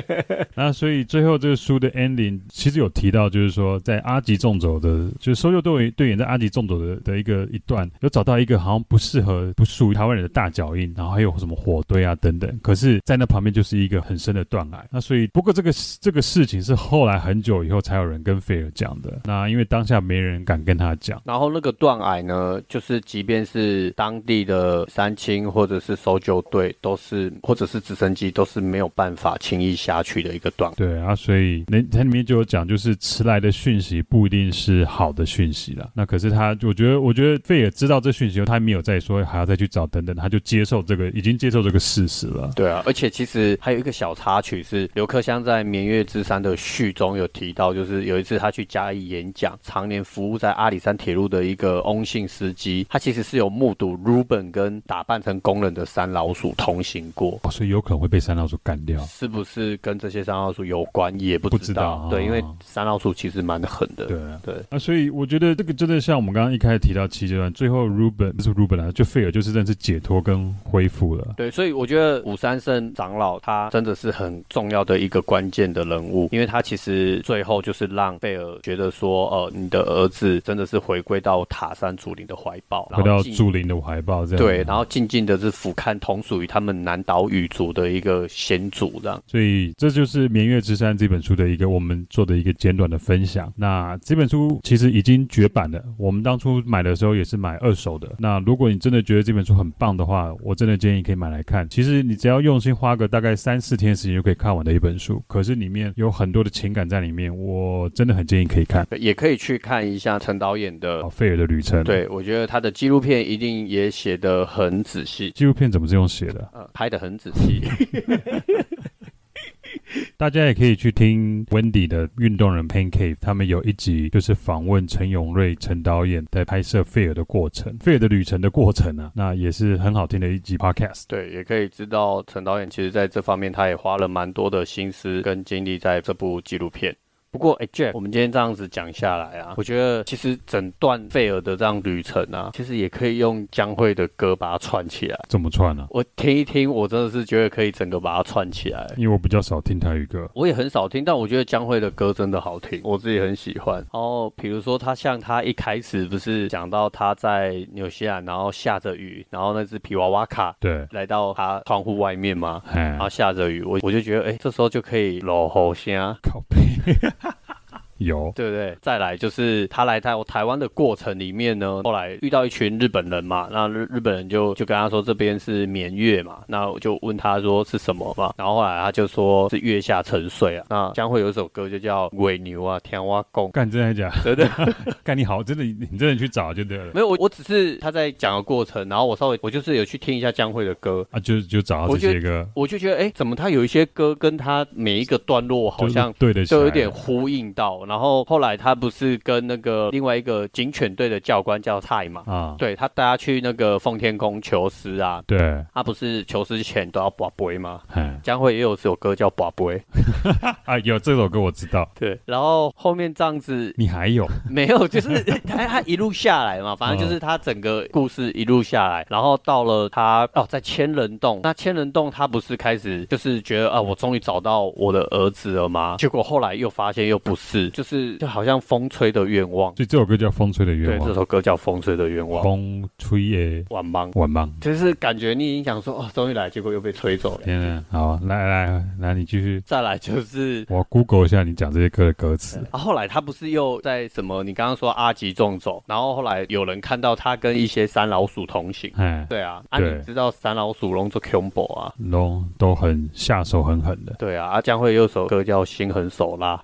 那所以最后这个书的 ending 其实有提到，就是说在阿吉纵走的，就是搜救队员队员在阿吉纵走的的一个一段，有找到一个好像不适合、不属于台湾人的大脚印，然后还有什么火堆啊等等。可是，在那旁边就是一个很深的断崖。那所以，不过这个这个事情是后来很久以后才有人跟菲尔讲的。那因为当下没人敢跟他讲”。然后那个断崖呢，就是即便是当地的山青或者是搜救队，都是或者是直升机，都是没有办法轻易下去的一个断。对啊，所以那它里面就有讲，就是迟来的讯息不一定是好的讯息啦。那可是他，我觉得，我觉得费尔知道这讯息后，他没有再说还要再去找等等，他就接受这个，已经接受这个事实了。对啊，而且其实还有一个小插曲是，刘克襄在《绵月之山》的序中有提到，就是有一次他去嘉义演讲，常年服务在阿里山铁路的一个翁姓司机，他其实是有目睹 Ruben 跟打扮成工人的山老鼠同行过。哦，所以有可能会被三老鼠干掉。是不是跟这些山老鼠有关也不啊不知知道啊对，因为山老鼠其实蛮狠的。对啊。对，啊，所以我觉得这个真的像我们刚刚一开始提到七阶段，最后 Ruben 不是 Ruben 啊，就费尔就是真的是解脱跟恢复了。对，所以我觉得武三胜长老他真的是很重要的一个关键的人物，因为他其实最后就是让贝尔觉得说，呃，你的儿子真的是回归到塔山祖灵的怀抱，回到然后静祖灵的怀抱，这样对，然后静静的是俯瞰同属于他们南岛语族的一个先祖这样。所以这就是《绵月之山》这本书的一个我们做的一个简短的分享。那这本书其实已经绝版了，我们当初买的时候也是买二手的。那如果你真的觉得这本书很棒的话，我真的建议可以买来看。其实你只要用心花个大概三四天时间就可以看完的一本书，可是里面有很多的情感在里面，我真的很建议可以看。也可以去看一下陈导演的好，，费尔的旅程，，对我觉得他的纪录片一定也写得很仔细，纪录片怎么是用写的？呃，拍得很仔细。大家也可以去听 Wendy 的运动人 Pain Cave，他们有一集就是访问陈永瑞陈导演在拍摄费尔的过程，费尔的旅程的过程啊，那也是很好听的一集 Podcast。对，也可以知道陈导演其实在这方面他也花了蛮多的心思跟精力在这部纪录片。不过，哎、j a c k 我们今天这样子讲下来啊，我觉得其实整段费尔的这样旅程啊，其实也可以用江蕙的歌把它串起来。怎么串啊呢、我听一听，我真的是觉得可以整个把它串起来。因为我比较少听台语歌，我也很少听，但我觉得江蕙的歌真的好听，我自己很喜欢。然后比如说，他像他一开始不是讲到他在纽西兰，然后下着雨，然后那只皮娃娃卡对，来到他窗户外面嘛，哎然，后下着雨，我我就觉得，哎、这时候就可以搂喉虾，靠背， [LAUGHS] 有，对不对？再来就是他来到台湾的过程里面呢，后来遇到一群日本人嘛，那日日本人就就跟他说这边是绵月嘛，那我就问他说是什么嘛，然后后来他就说是月下沉睡啊，那将会有一首歌就叫《尾牛啊天蛙公》，干真的假的？真的干你好，真的你真的去找就对了 [LAUGHS] 没有我我只是他在讲的过程，然后我稍微我就是有去听一下江蕙的歌。啊，就就找到我这觉些歌，我就觉得，哎，怎么他有一些歌跟他每一个段落好就是像对得起来，就有点呼应到。然后后来他不是跟那个另外一个警犬队的教官叫蔡嘛，啊，对他带他去那个奉天宫求师啊，对，他不是求师前都要拔杯吗？哎江蕙也有首歌叫《拔杯》，啊，有这首歌我知道，对，然后后面这样子你还有， [LAUGHS] 没有，就是他他一路下来嘛，反嗯正就是他整个故事一路下来，然后到了他哦，在千人洞，那千人洞他不是开始就是觉得啊，我终于找到我的儿子了吗？结果后来又发现又不是，就是就好像风吹的愿望，所以这首歌叫《风吹的愿对，望这》，首歌叫《风吹的愿望》，风吹的晚忙。晚梦。就是感觉你已经想说哦，终于来，结果又被吹走了。天啊，好，来来来，你继续，再来就是我 Google 一下你讲这些歌的歌词。啊，后来他不是又在什么？你刚刚说阿吉中走，然后后来有人看到他跟一些山老鼠同行。哎，对啊，啊，对你知道三老鼠龙做 combo 啊？都都很下手很狠的。对啊，啊，将会有首歌叫《心狠手辣》，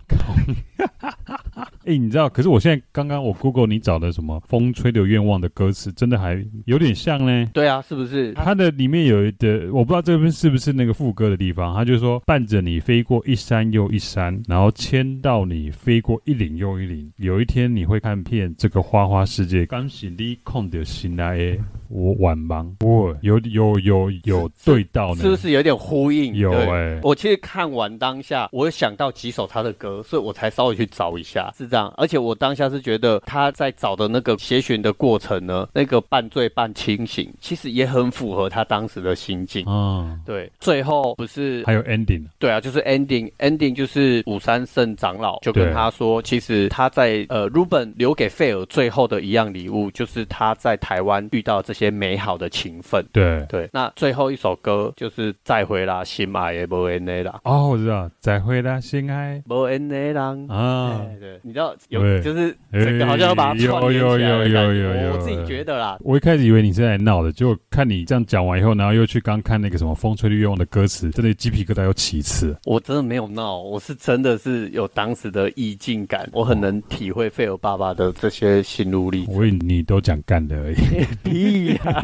哎，你知道？可是我现在刚刚我 Google 你找的什么《风吹的愿望》的歌词，真的还有点像呢。对啊，是不是？它的里面有一的，我不知道这边是不是那个副歌的地方，它就说伴着你飞过一山又一山，然后牵到你飞过一岭又一岭，有一天你会看遍这个花花世界。刚是你控的心来的，我晚忙，我有有有有对到呢，是不哦是有欸点呼应？有对哎、我其实看完当下，我有想到几首他的歌，所以我才稍微去找一下，是这样。而且我当下是觉得他在找的那个协寻的过程呢，那个半醉半清醒，其实也很符合他当时的心境。啊，对，最后不是还有 ending，对啊，就是 ending ending 就是武山圣长老就跟对他说，其实他在呃 Ruben 留给费尔最后的一样礼物，就是他在台湾遇到这些美好的情分。对，对，那最后一首歌就是《再回啦，心爱的无缘的啦，哦，我知道，再回答心爱无缘的人》。啊哎，，对，你知道有对就是整个好像要把它哎串联有有起来的有感有觉有我有自己觉得啦，我一开始以为你是来闹的，结果看你这样讲完以后，然后又去刚看那个什么《风吹的愿望》的歌词，真的鸡皮疙瘩又起一次。我真的没有闹，我是真的是有当时的意境感，我很能体会费尔爸爸的这些心路历程。我以为你都讲干的而已。 [LAUGHS] 啊屁呀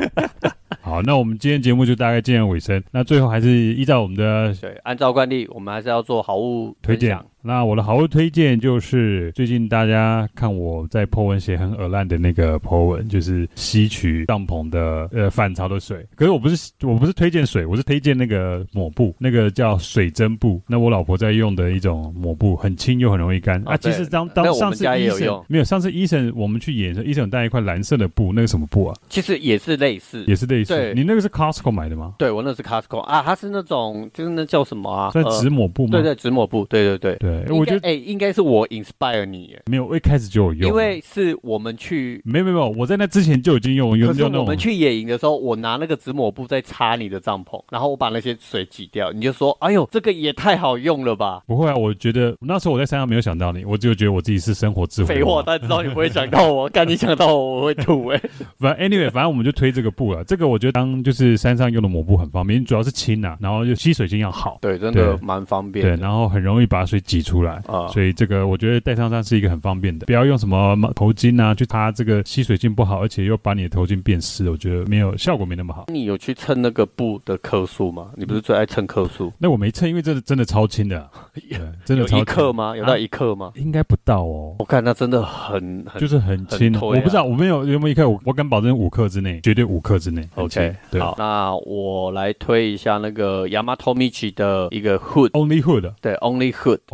好，那我们今天节目就大概进入尾声。那最后还是依照我们的对，按照惯例，我们还是要做好物推分荐享。那我的好物推荐就是最近大家看我在 po 文写很恶烂的那个 po 文，就是吸取帐篷的呃反潮的水。可是我不是我不是推荐水，我是推荐那个抹布，那个叫水蒸布。那我老婆在用的一种抹布，很轻又很容易干、哦啊。其对实当那当我们上次家也医有生用没有，上次医生我们去演的时候，医生有带一块蓝色的布，那个什么布啊，其实也是类似，也是类似对。你那个是 Costco 买的吗？对我那是 Costco 啊，它是那种就是那叫什么啊？算纸抹布吗？对对，纸抹布，对对对。对，我觉得哎、应该是我 inspire 你耶，没有，我一开始就有用，因为是我们去，没有没有没有，我在那之前就已经用可用是用我那种，们去野营的时候，我拿那个纸抹布在擦你的帐篷，然后我把那些水挤掉，你就说，哎呦，这个也太好用了吧。不会啊，我觉得那时候我在山上没有想到你，我只有觉得我自己是生活智慧废话，王。但知道你不会想到我，干你想到我，我会吐哎、 [LAUGHS] 反正 anyway，反正我们就推这个布了。这个我觉得当就是山上用的抹布很方便，主要是轻啊，然后就吸水性要好，对，真的蛮方便对，然后很容易把水挤出来。啊所以这个我觉得带上山是一个很方便的，不要用什么头巾啊去擦，这个吸水性不好，而且又把你的头巾变湿，我觉得没有效果没那么好。你有去称那个布的克数吗？你不是最爱称克数？那我没称，因为这真的超轻的啊，对真的 [LAUGHS] 有超啊一轻克吗？有到一克吗？应该不到哦，我看那真的很很就是很轻，很推啊我不知道我没有有没有一克，我我敢保证五克之内，绝对五克之内。很轻 OK。对好，那我来推一下那个 Yamato Michi 的一个 Hood， ，Only Hood [LAUGHS] 对，Only Hood。对 [LAUGHS]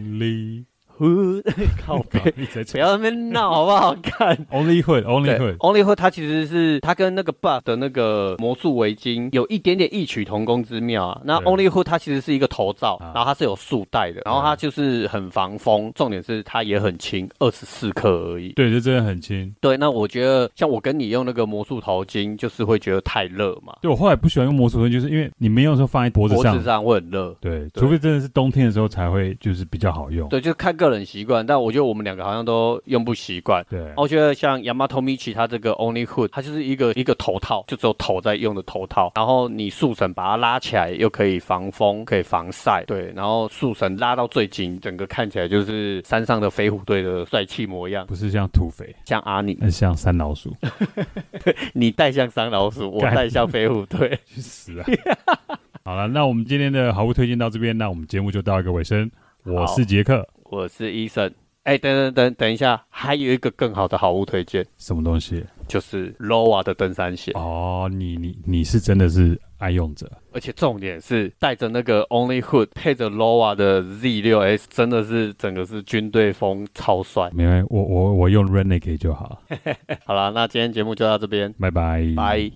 Only 呼，靠背，一直在不吹要在那边闹好不好？看。 Only Hood [LAUGHS] Only 对 Hood， ，Only Hood 它其实是它跟那个 Buff 的那个魔术围巾有一点点异曲同工之妙啊。那对 Only Hood 它其实是一个头罩，啊然后它是有束带的，然后它就是很防风，重点是它也很轻，二十四克而已。对，这真的很轻。对，那我觉得像我跟你用那个魔术头巾，就是会觉得太热嘛，对我后来不喜欢用魔术棍，就是因为你没有时候放在脖子脖上子，上会很热。对，对除非真的是冬天的时候才会就是比较好用。对，就是看个人习惯，但我觉得我们两个好像都用不习惯。对，我觉得像 Yamato Michi 它这个 Only Hood，它就是一个一个头套，就只有头在用的头套，然后你束绳把它拉起来，又可以防风，可以防晒，对，然后束绳拉到最紧，整个看起来就是山上的飞虎队的帅气模样，不是像土匪，像阿尼，那像三老鼠，你带像三老鼠，我干带像飞虎队。去死啊！ [LAUGHS] 好了，那我们今天的好物推荐到这边，那我们节目就到一个尾声。我好是杰克，我是医生，哎，等等等等一下，还有一个更好的好物推荐，什么东西？就是 Lowa 的登山鞋，哦，你你你是真的是爱用者，而且重点是带着那个 Only Hood 配着 Lowa 的 Z 六 S，真的是整个是军队风，超帅。没有我我我用 Renegade 就好，好啦，那今天节目就到这边，拜拜，拜。